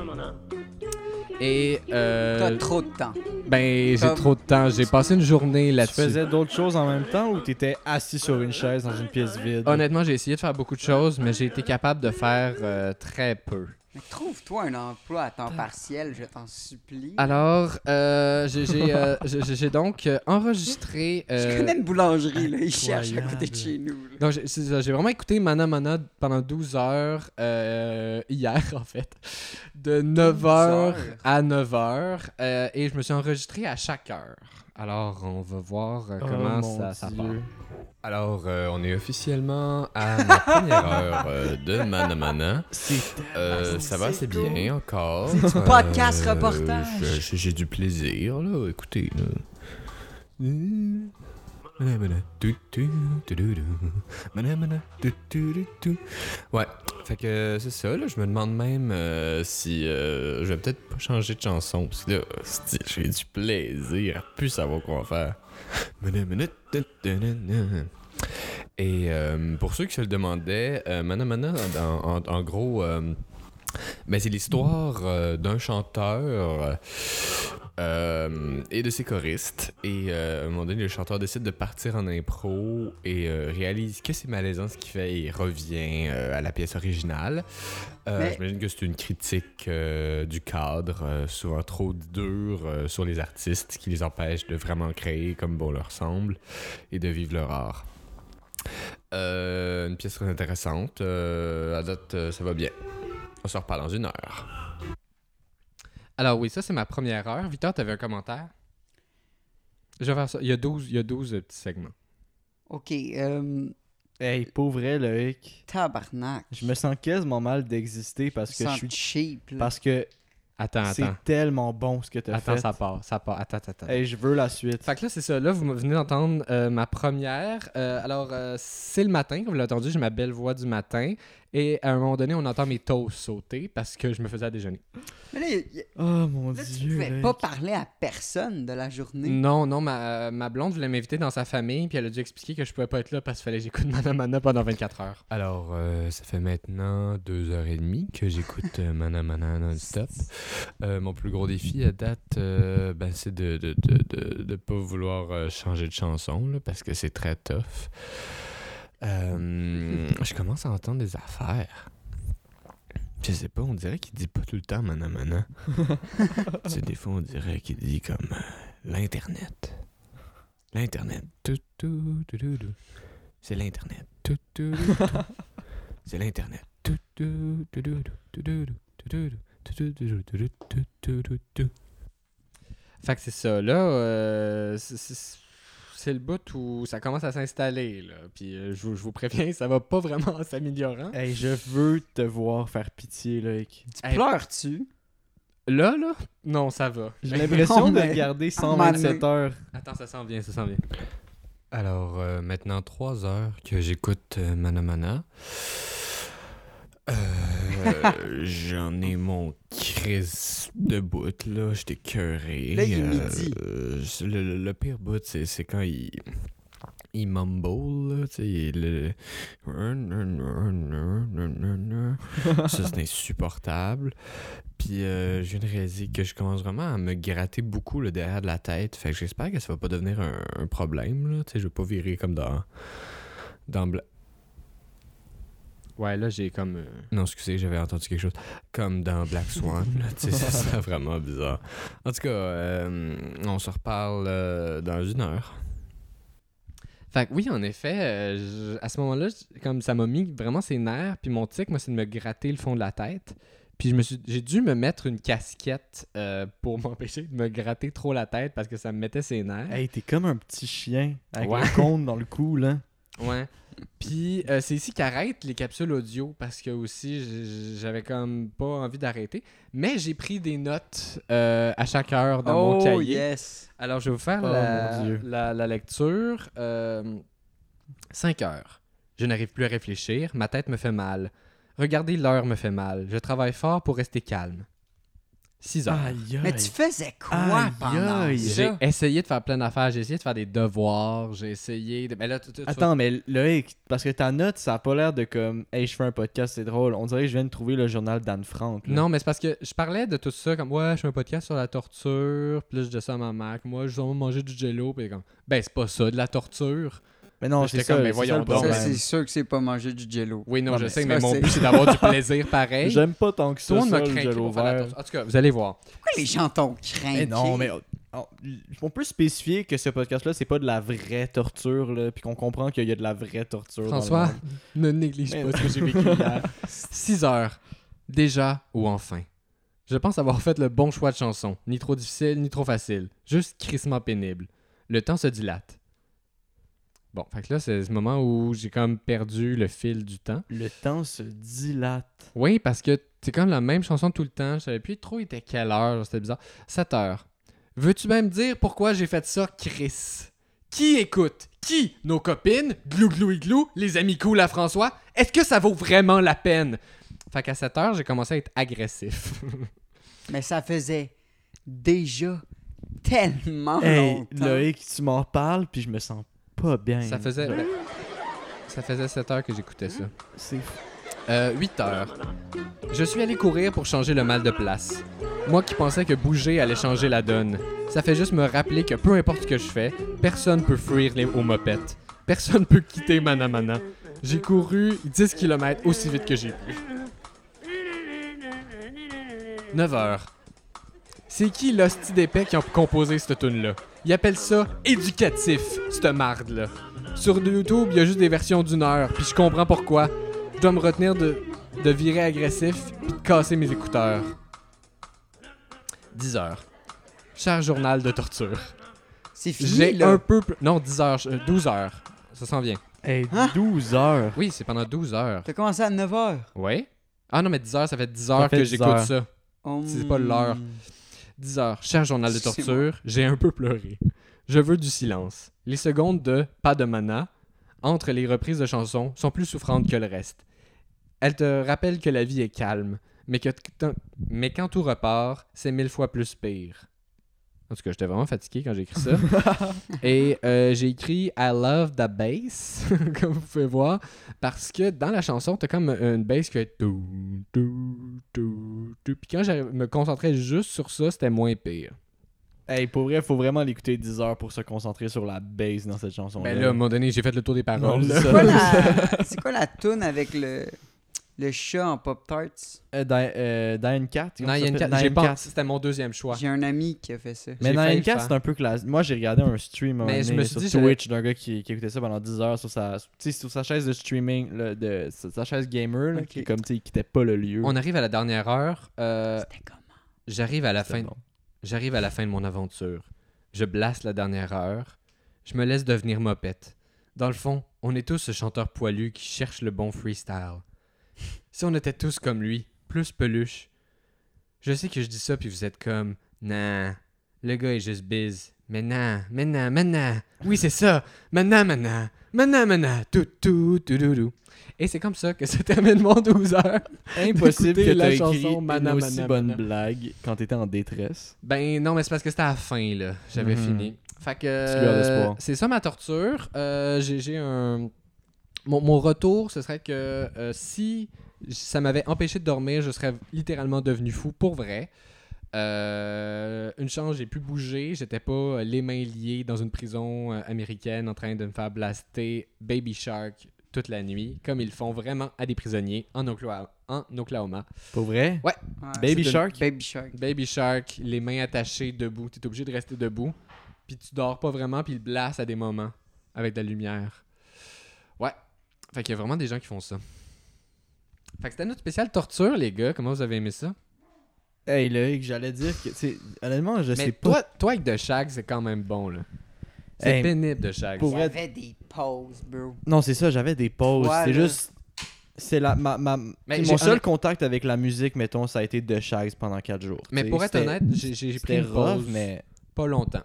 S1: Et. euh,
S3: T'as trop de temps.
S1: ben, j'ai
S3: Comme-
S1: trop de temps. J'ai passé une journée
S2: tu
S1: là-dessus.
S2: faisais d'autres choses en même temps ou t'étais assis sur une chaise dans une pièce vide?
S1: Honnêtement, j'ai essayé de faire beaucoup de choses, mais j'ai été capable de faire euh, très peu.
S3: Mais trouve-toi un emploi à temps partiel, je t'en supplie.
S2: Ah,
S1: Alors, euh, j'ai- j'ai euh, j'ai- j'ai- j'ai donc euh, enregistré. euh,
S3: Je connais une boulangerie, là. Ils cherchent à côté de chez nous. là.
S1: donc, j'ai- c'est ça, j'ai vraiment écouté Mana Mana pendant 12 heures, euh, hier en fait, de 9h
S3: heures.
S1: à 9h, et je me suis enregistré à chaque heure. Alors, on va voir euh,
S2: Oh
S1: comment
S2: mon
S1: ça, ça
S2: Dieu.
S1: part. Alors, euh, on est officiellement à ma première heure euh, de Manamana. Euh, ça va, c'est bien encore. C'est
S3: Euh,
S1: du
S3: podcast reportage.
S1: Euh, J'ai j'ai du plaisir, là. Écoutez. là. Manamana, tu, tu, tu, du, du. Manamana, tu, tu, du, tu. Ouais, fait que euh, c'est ça, là. Je me demande même euh, si euh, je vais peut-être pas changer de chanson. Parce que là, hostie, j'ai du plaisir. Plus savoir quoi faire. Manamana, tu, tu, du, du. Et euh, pour ceux qui se le demandaient, euh, Mana Mana, en, en- en gros, euh, ben, c'est l'histoire euh, d'un chanteur euh, et de ses choristes. Et euh, à un moment donné, le chanteur décide de partir en impro et euh, réalise que c'est malaisant ce qu'il fait et revient euh, à la pièce originale. Euh,
S3: Mais-
S1: J'imagine que c'est une critique euh, du cadre, euh, souvent trop dur euh, sur les artistes qui les empêche de vraiment créer comme bon leur semble et de vivre leur art. Euh, une pièce très intéressante. Euh, à date, euh, ça va bien. On se reparle dans une heure. Alors oui, ça c'est ma première heure. Victor, t'avais un commentaire? Je vais faire ça. Il y a 12, il y a 12 petits segments.
S3: Ok, euh,
S2: Hey, pour vrai, Loïc,
S3: tabarnak.
S2: je me sens quasiment mal d'exister parce que je suis...
S3: cheap. là.
S2: Parce que
S1: Attends,
S2: c'est
S1: attends.
S2: tellement bon ce que t'as
S1: Attends,
S2: fait.
S1: ça part, ça part. Attends, attends, attends.
S2: Hey, je veux la suite.
S1: Fait que là, c'est ça. Là, vous me- venez d'entendre euh, ma première. Euh, alors, euh, c'est le matin, comme vous l'avez entendu, j'ai ma belle voix du matin. Et à un moment donné, on entend mes toasts sauter parce que je me faisais à déjeuner.
S3: Mais là, il- il-
S2: Oh mon
S3: là, tu
S2: dieu. Mm.
S3: pouvais
S2: Ray.
S3: pas parler à personne de la journée.
S1: Non, non, ma, ma blonde voulait m'inviter dans sa famille, puis elle a dû expliquer que je pouvais pas être là parce qu'il fallait que j'écoute Madame Anna pendant 24 heures.
S7: Alors, euh, ça fait maintenant deux heures et demie que j'écoute euh, Mana Mana non-stop. Euh, mon plus gros défi à date, euh, ben, c'est de ne de, de, de- de pas vouloir euh, changer de chanson là, parce que c'est très tough. Euh, je commence à entendre des affaires. Je sais pas, on dirait qu'il dit pas tout le temps Mana Mana. Tu sais, des fois, on dirait qu'il dit comme euh, l'Internet. L'Internet. Tout, tout, tout, tout, tout. C'est l'Internet. Tout, tout, tout, tout. C'est l'Internet. Tout, tout, tout, tout, tout, tout, tout, tout, tout, tout, tout, tout, tout, tout, tout, tout, tout.
S1: Fait que c'est ça, là, euh, c'est- c'est c'est le bout où ça commence à s'installer, là. Puis euh, je, vous- je vous préviens, ça va pas vraiment en s'améliorant.
S2: Hey, je veux te voir faire pitié, Loïc.
S1: Hey,
S3: Pleures-tu?
S1: Là, là, non, ça va.
S2: J'ai l'impression
S3: Non,
S2: de
S3: mais-
S2: regarder
S3: un moment
S2: 127 heures.
S1: Attends, ça sent bien, ça sent bien.
S7: Alors, euh, maintenant trois heures que j'écoute euh, Mana Mana. Euh, J'en ai mon crise de bout, là. J'étais curé. euh,
S3: Là, il est midi.
S7: le, le- le pire bout, c'est c'est quand il. Il mumble, là, tu sais, il est le- Ça, c'est insupportable. Puis, euh, je viens de réaliser que je commence vraiment à me gratter beaucoup le derrière de la tête. Fait que j'espère que ça va pas devenir un, un problème, là. Tu sais, je vais pas virer comme dans. dans Bla-
S1: Ouais, là, j'ai comme. euh,
S7: non, excusez, j'avais entendu quelque chose. Comme dans Black Swan, là, tu sais, ça serait vraiment bizarre. En tout cas, euh, on se reparle euh, dans une heure.
S1: Fait que oui, en effet, euh, je- à ce moment-là, je- comme ça m'a mis vraiment ses nerfs, puis mon tic, moi, c'est de me gratter le fond de la tête. Puis je me suis- j'ai dû me mettre une casquette euh, pour m'empêcher de me gratter trop la tête parce que ça me mettait ses nerfs.
S2: Hey, t'es comme un petit chien avec
S1: Ouais.
S2: le cône dans le cou, là.
S1: Ouais. Puis euh, c'est ici qu'arrêtent les capsules audio parce que aussi j- j'avais comme pas envie d'arrêter. Mais j'ai pris des notes euh, à chaque heure dans mon
S3: oh,
S1: cahier.
S3: yes.
S1: Alors je vais vous faire
S2: Oh,
S1: la,
S2: mon Dieu.
S1: la- la lecture. 5 heures. Je n'arrive plus à réfléchir, ma tête me fait mal. Regarder l'heure me fait mal. Je travaille fort pour rester calme. 6 heures.
S2: Ah,
S3: Mais tu faisais quoi
S2: Aïe,
S3: pendant
S2: aïe.
S3: ça?
S1: J'ai essayé de faire plein d'affaires, j'ai essayé de faire des devoirs, j'ai essayé de. Mais là, tu- tu- tu-
S2: Attends, mais Loïc, parce que ta note, ça a pas l'air de comme, hey, je fais un podcast, c'est drôle. On dirait que je viens de trouver le journal d'Anne Frank. là.
S1: Non, mais c'est parce que je parlais de tout ça, comme ouais, je fais un podcast sur la torture, puis là, je dis ça à ma mère, que moi, je vais manger du jello, puis elle est comme, ben, c'est pas ça de la torture.
S2: Mais non,
S1: J'étais
S2: c'est ça,
S1: comme, mais
S2: c'est
S1: voyons
S2: ça le
S1: donc.
S3: Ça,
S2: problème.
S3: c'est sûr que c'est pas manger du jello.
S1: Oui, non,
S2: Non,
S1: je
S2: mais
S1: sais,
S3: ça,
S1: mais mon
S3: c'est-
S1: but, c'est d'avoir du plaisir pareil.
S2: J'aime pas tant que
S1: Tout
S2: ça,
S1: le monde m'a
S2: ça, le
S1: craqué
S2: gel
S1: pour faire la
S2: ouvert.
S1: torture. En tout cas, vous allez voir.
S3: Pourquoi les gens t'ont craint?
S1: Eh
S2: Mais non, mais on- on- on peut spécifier que ce podcast-là, c'est pas de la vraie torture, là, puis qu'on comprend qu'il y a de la vraie torture. dans le
S1: François,
S2: monde.
S1: ne néglige
S2: Mais
S1: pas ce que j'ai vécu hier. 6 heures. Déjà ou enfin. Je pense avoir fait le bon choix de chanson. Ni trop difficile, ni trop facile. Juste crissement pénible. Le temps se dilate. Bon, fait que là, c'est ce moment où j'ai comme perdu le fil du temps.
S2: le temps se dilate.
S1: Oui, parce que c'est comme la même chanson tout le temps. Je savais plus trop il était quelle heure. C'était bizarre. 7 heures. Veux-tu même dire pourquoi j'ai fait ça, Chris? Qui écoute? Qui? Nos copines? Glou glou iglou? Les amis cool à François? Est-ce que ça vaut vraiment la peine? Fait qu'à 7 heures, j'ai commencé à être agressif.
S3: Mais ça faisait déjà tellement
S1: Eh,
S2: Hey,
S3: longtemps.
S2: Loïc, tu m'en parles, puis je me sens pas bien.
S1: ça faisait...
S2: ben.
S1: Ça faisait 7 heures que j'écoutais ça.
S2: C'est
S1: Euh, 8 heures. Je suis allé courir pour changer le mal de place. Moi qui pensais que bouger allait changer la donne. Ça fait juste me rappeler que peu importe ce que je fais, personne peut fuir les aux mopettes. Personne peut quitter Manamana. J'ai couru 10 km aussi vite que j'ai pu. 9 heures. C'est qui l'hostie d'épais qui ont composé cette tune-là? Ils appellent ça éducatif, cette marde-là. Sur YouTube, il y a juste des versions d'une heure, puis je comprends pourquoi. Je dois me retenir de, de virer agressif puis de casser mes écouteurs. 10 heures. Cher journal de torture.
S3: C'est fini,
S1: J'ai
S3: là.
S1: un peu plus... Non, 10 heures. euh, 12 heures. Ça s'en vient.
S2: Hey,
S3: Hein?
S2: 12 heures.
S1: Oui, c'est pendant 12 heures.
S3: T'as commencé à 9h.
S1: Oui? Ah non, mais 10 heures, ça fait 10 heures
S2: fait
S1: que
S2: 10
S1: j'écoute
S2: heures.
S1: ça.
S3: Oh
S1: C'est pas l'heure. 10 heures. Cher journal de
S3: Excusez-moi.
S1: torture, j'ai un peu pleuré. Je veux du silence. Les secondes de Pas de mana entre les reprises de chansons sont plus souffrantes que le reste. Elle te rappelle que la vie est calme, mais, que t- t'en- mais quand tout repart, c'est mille fois plus pire. En tout cas, j'étais vraiment fatigué quand j'ai écrit ça. Et euh, j'ai écrit I love the bass, comme vous pouvez voir, parce que dans la chanson, t'as comme une bass qui fait tout, tout, tout, tout. Puis quand je me concentrais juste sur ça, c'était moins pire.
S2: Hey, pour vrai, faut vraiment l'écouter 10 heures pour se concentrer sur la base dans cette chanson.
S1: Ben là, à un moment donné, j'ai fait le tour des paroles.
S2: Non,
S1: là.
S2: ça.
S3: quoi la- C'est quoi la toune avec le, le chat en Pop Tarts?
S2: Euh, Di- euh, Diane Cat.
S1: Non, il y a une carte- j'ai pas- C'était mon deuxième choix.
S3: J'ai un ami qui a fait ça.
S2: Mais
S1: J'ai failli
S2: Diane
S1: le
S2: Cat,
S1: faire.
S2: c'est un peu classe. Moi, j'ai regardé un stream un
S1: Mais je me
S2: moment donné
S1: suis
S2: sur
S1: dit, j'allais-
S2: Twitch d'un gars qui, qui écoutait ça pendant 10 heures sur sa, tu sais, sur sa chaise de streaming, là, de, sa, sa chaise gamer, là,
S3: Ok.
S2: qui, comme, tu sais, il quittait pas le lieu.
S1: On arrive à la dernière heure. euh,
S3: C'était comment?
S1: J'arrive à la
S2: C'était
S1: fin.
S2: bon.
S1: J'arrive à la fin de mon aventure. Je blasse la dernière heure. Je me laisse devenir mopette. Dans le fond, on est tous ce chanteur poilu qui cherche le bon freestyle. Si on était tous comme lui, plus peluche. Je sais que je dis ça puis vous êtes comme Nah, le gars est juste biz. Mais non, mais non, mais non. Oui, c'est ça. Maintenant, maintenant. Maintenant, maintenant. Tout, tout, tout, tout, tout. Et c'est comme ça que se termine mon 12 heures.
S2: Impossible
S1: d'écouter
S2: que
S1: la
S2: t'aies
S1: chanson
S2: écrit une
S1: Mana,
S2: aussi
S1: Mana,
S2: bonne
S1: Mana.
S2: blague quand t'étais en détresse.
S1: Ben non, mais c'est parce que c'était à la fin, là. J'avais
S2: Mhm.
S1: fini. Fait que.
S2: Petite lueur d'espoir.
S1: euh, C'est ça ma torture. Euh, j'ai j'ai un. Mon, mon retour, ce serait que euh, si ça m'avait empêché de dormir, je serais littéralement devenu fou pour vrai. Euh, une chance, j'ai pu bouger. J'étais pas euh, les mains liées dans une prison euh, américaine en train de me faire blaster Baby Shark toute la nuit, comme ils font vraiment à des prisonniers en Oklahoma. En Oklahoma.
S2: Pour vrai?
S3: Ouais,
S2: Baby
S3: c'est de-
S2: Shark?
S3: Baby Shark.
S1: Baby Shark, les mains attachées debout. T'es obligé de rester debout. Puis tu dors pas vraiment, puis il blasse à des moments avec de la lumière. Ouais. Fait qu'il y a vraiment des gens qui font ça. Fait que c'était notre spécial torture, les gars. Comment vous avez aimé ça?
S2: Hey, Loïc, j'allais dire que, tu sais, honnêtement, je sais
S1: Mais
S2: pas.
S1: toi, toi avec de Shag, c'est quand même bon, là. C'est
S2: Hey,
S1: pénible de Shag.
S2: pour
S3: Il y
S2: vrai-
S3: avait des pauses, bro.
S2: Non, c'est ça, j'avais des pauses.
S3: Toi,
S2: c'est
S3: là.
S2: juste. C'est la, ma, ma-
S1: Mais
S2: mon
S1: j'ai-
S2: seul
S1: honnête-
S2: contact avec la musique, mettons, ça a été de Shags pendant 4 jours.
S1: Mais
S2: tu sais.
S1: pour être
S2: C'était-
S1: honnête, j'ai j'ai pris
S2: c'était
S1: une
S2: rough,
S1: pause,
S2: mais.
S1: pas longtemps.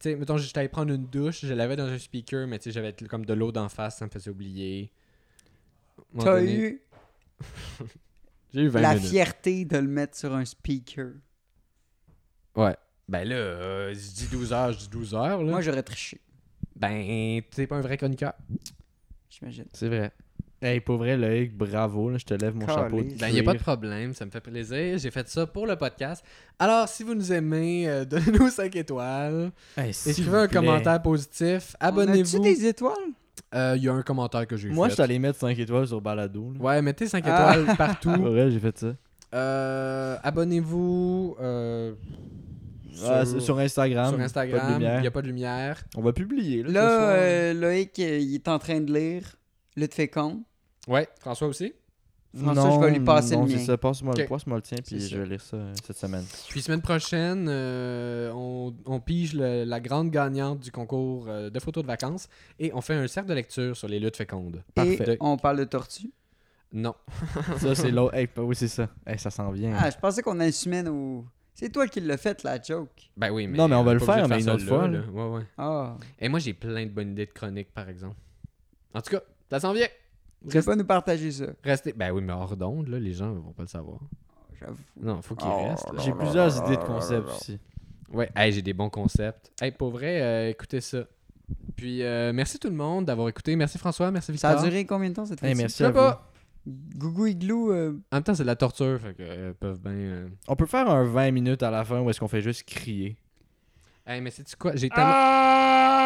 S1: Tu sais, mettons, j'étais allé prendre une douche, je l'avais dans un speaker, mais tu sais, j'avais comme de l'eau d'en face, ça me faisait oublier. À un moment
S3: T'as
S1: donné-
S3: eu
S1: J'ai eu 20
S3: la
S1: minutes.
S3: fierté de le mettre sur un speaker.
S1: Ouais. Ben là, euh, je dis 12 heures, je dis 12 heures. Là.
S3: Moi, j'aurais triché,
S1: Ben, t'es pas un vrai chroniqueur.
S3: j'imagine.
S2: C'est vrai. Hey, pour vrai, Loïc, bravo, là, je te lève mon
S3: Caliste.
S2: chapeau. de
S1: Ben, y a pas de
S2: cuir.
S1: problème, ça me fait plaisir. J'ai fait ça pour le podcast. Alors, si vous nous aimez, euh, donnez-nous 5 étoiles.
S2: Hey, s'il vous
S1: Écrivez un
S2: plaît.
S1: commentaire positif.
S3: On
S1: Abonnez-vous.
S3: a-tu des étoiles?
S1: Il y a un commentaire que j'ai
S2: Moi, je
S1: fait.
S2: t'allais mettre 5 étoiles sur Balado. là.
S1: Ouais, mettez 5
S3: Ah.
S1: étoiles partout.
S2: Pour vrai, j'ai fait ça.
S1: Euh, Abonnez-vous euh,
S2: Ah, sur, sur Instagram.
S1: sur
S2: Pas de
S1: Instagram.
S2: lumière.
S1: Il n'y a pas de lumière.
S2: On va publier. Là, ce soir.
S3: Là,
S1: hein.
S3: euh, Loïc, euh, il est en train de lire le Fécond.
S1: Ouais, François aussi.
S3: François, je vais lui passer
S2: non,
S3: le
S2: c'est
S3: mien.
S2: ça. Passe-moi le,
S1: Ok.
S2: passe-moi le tien, puis
S1: C'est
S2: je
S1: ça.
S2: vais lire ça euh, cette semaine.
S1: Puis semaine prochaine, euh, on, on pige le- la grande gagnante du concours euh, de photos de vacances et on fait un cercle de lecture sur les luttes fécondes.
S3: Et
S1: Parfait.
S3: on parle de tortue.
S1: Non.
S2: ça, c'est l'autre. Hey, oui, c'est ça. Hey, ça s'en vient.
S3: Ah, je pensais qu'on assumait nos... C'est toi qui l'as fait, la joke.
S1: Ben oui, mais
S2: Non, mais on va
S1: est
S2: le
S1: pas
S2: faire,
S1: obligé de
S2: mais une
S1: ça
S2: autre
S1: là,
S2: fois,
S1: là. Ouais, ouais.
S3: Ah,
S1: Et moi, j'ai plein de bonnes idées de chroniques, par exemple. En tout cas, ça s'en vient.
S3: tu vas pas nous partager ça.
S1: Restez. Ben oui, mais hors d'onde, là, les gens vont pas le savoir.
S3: J'avoue.
S1: Non, faut qu'ils
S3: Oh,
S1: restent. là.
S2: J'ai plusieurs idées de concepts aussi.
S1: Ouais, hey, j'ai des bons concepts. Hey, pour vrai, euh, écoutez ça. Puis euh, merci tout le monde d'avoir écouté. Merci François, merci Victor.
S3: Ça a duré combien de temps cette
S2: Hey,
S3: fois-ci?
S2: merci
S1: Je
S2: à
S1: sais pas.
S2: vous.
S3: Gougou Igloo, euh,
S1: En même temps, c'est de la torture, fait que euh, peuvent bien. euh,
S2: On peut faire un 20 minutes à la fin où est-ce qu'on fait juste crier.
S3: Ah,
S1: Hey, mais sais-tu quoi? J'ai tellement...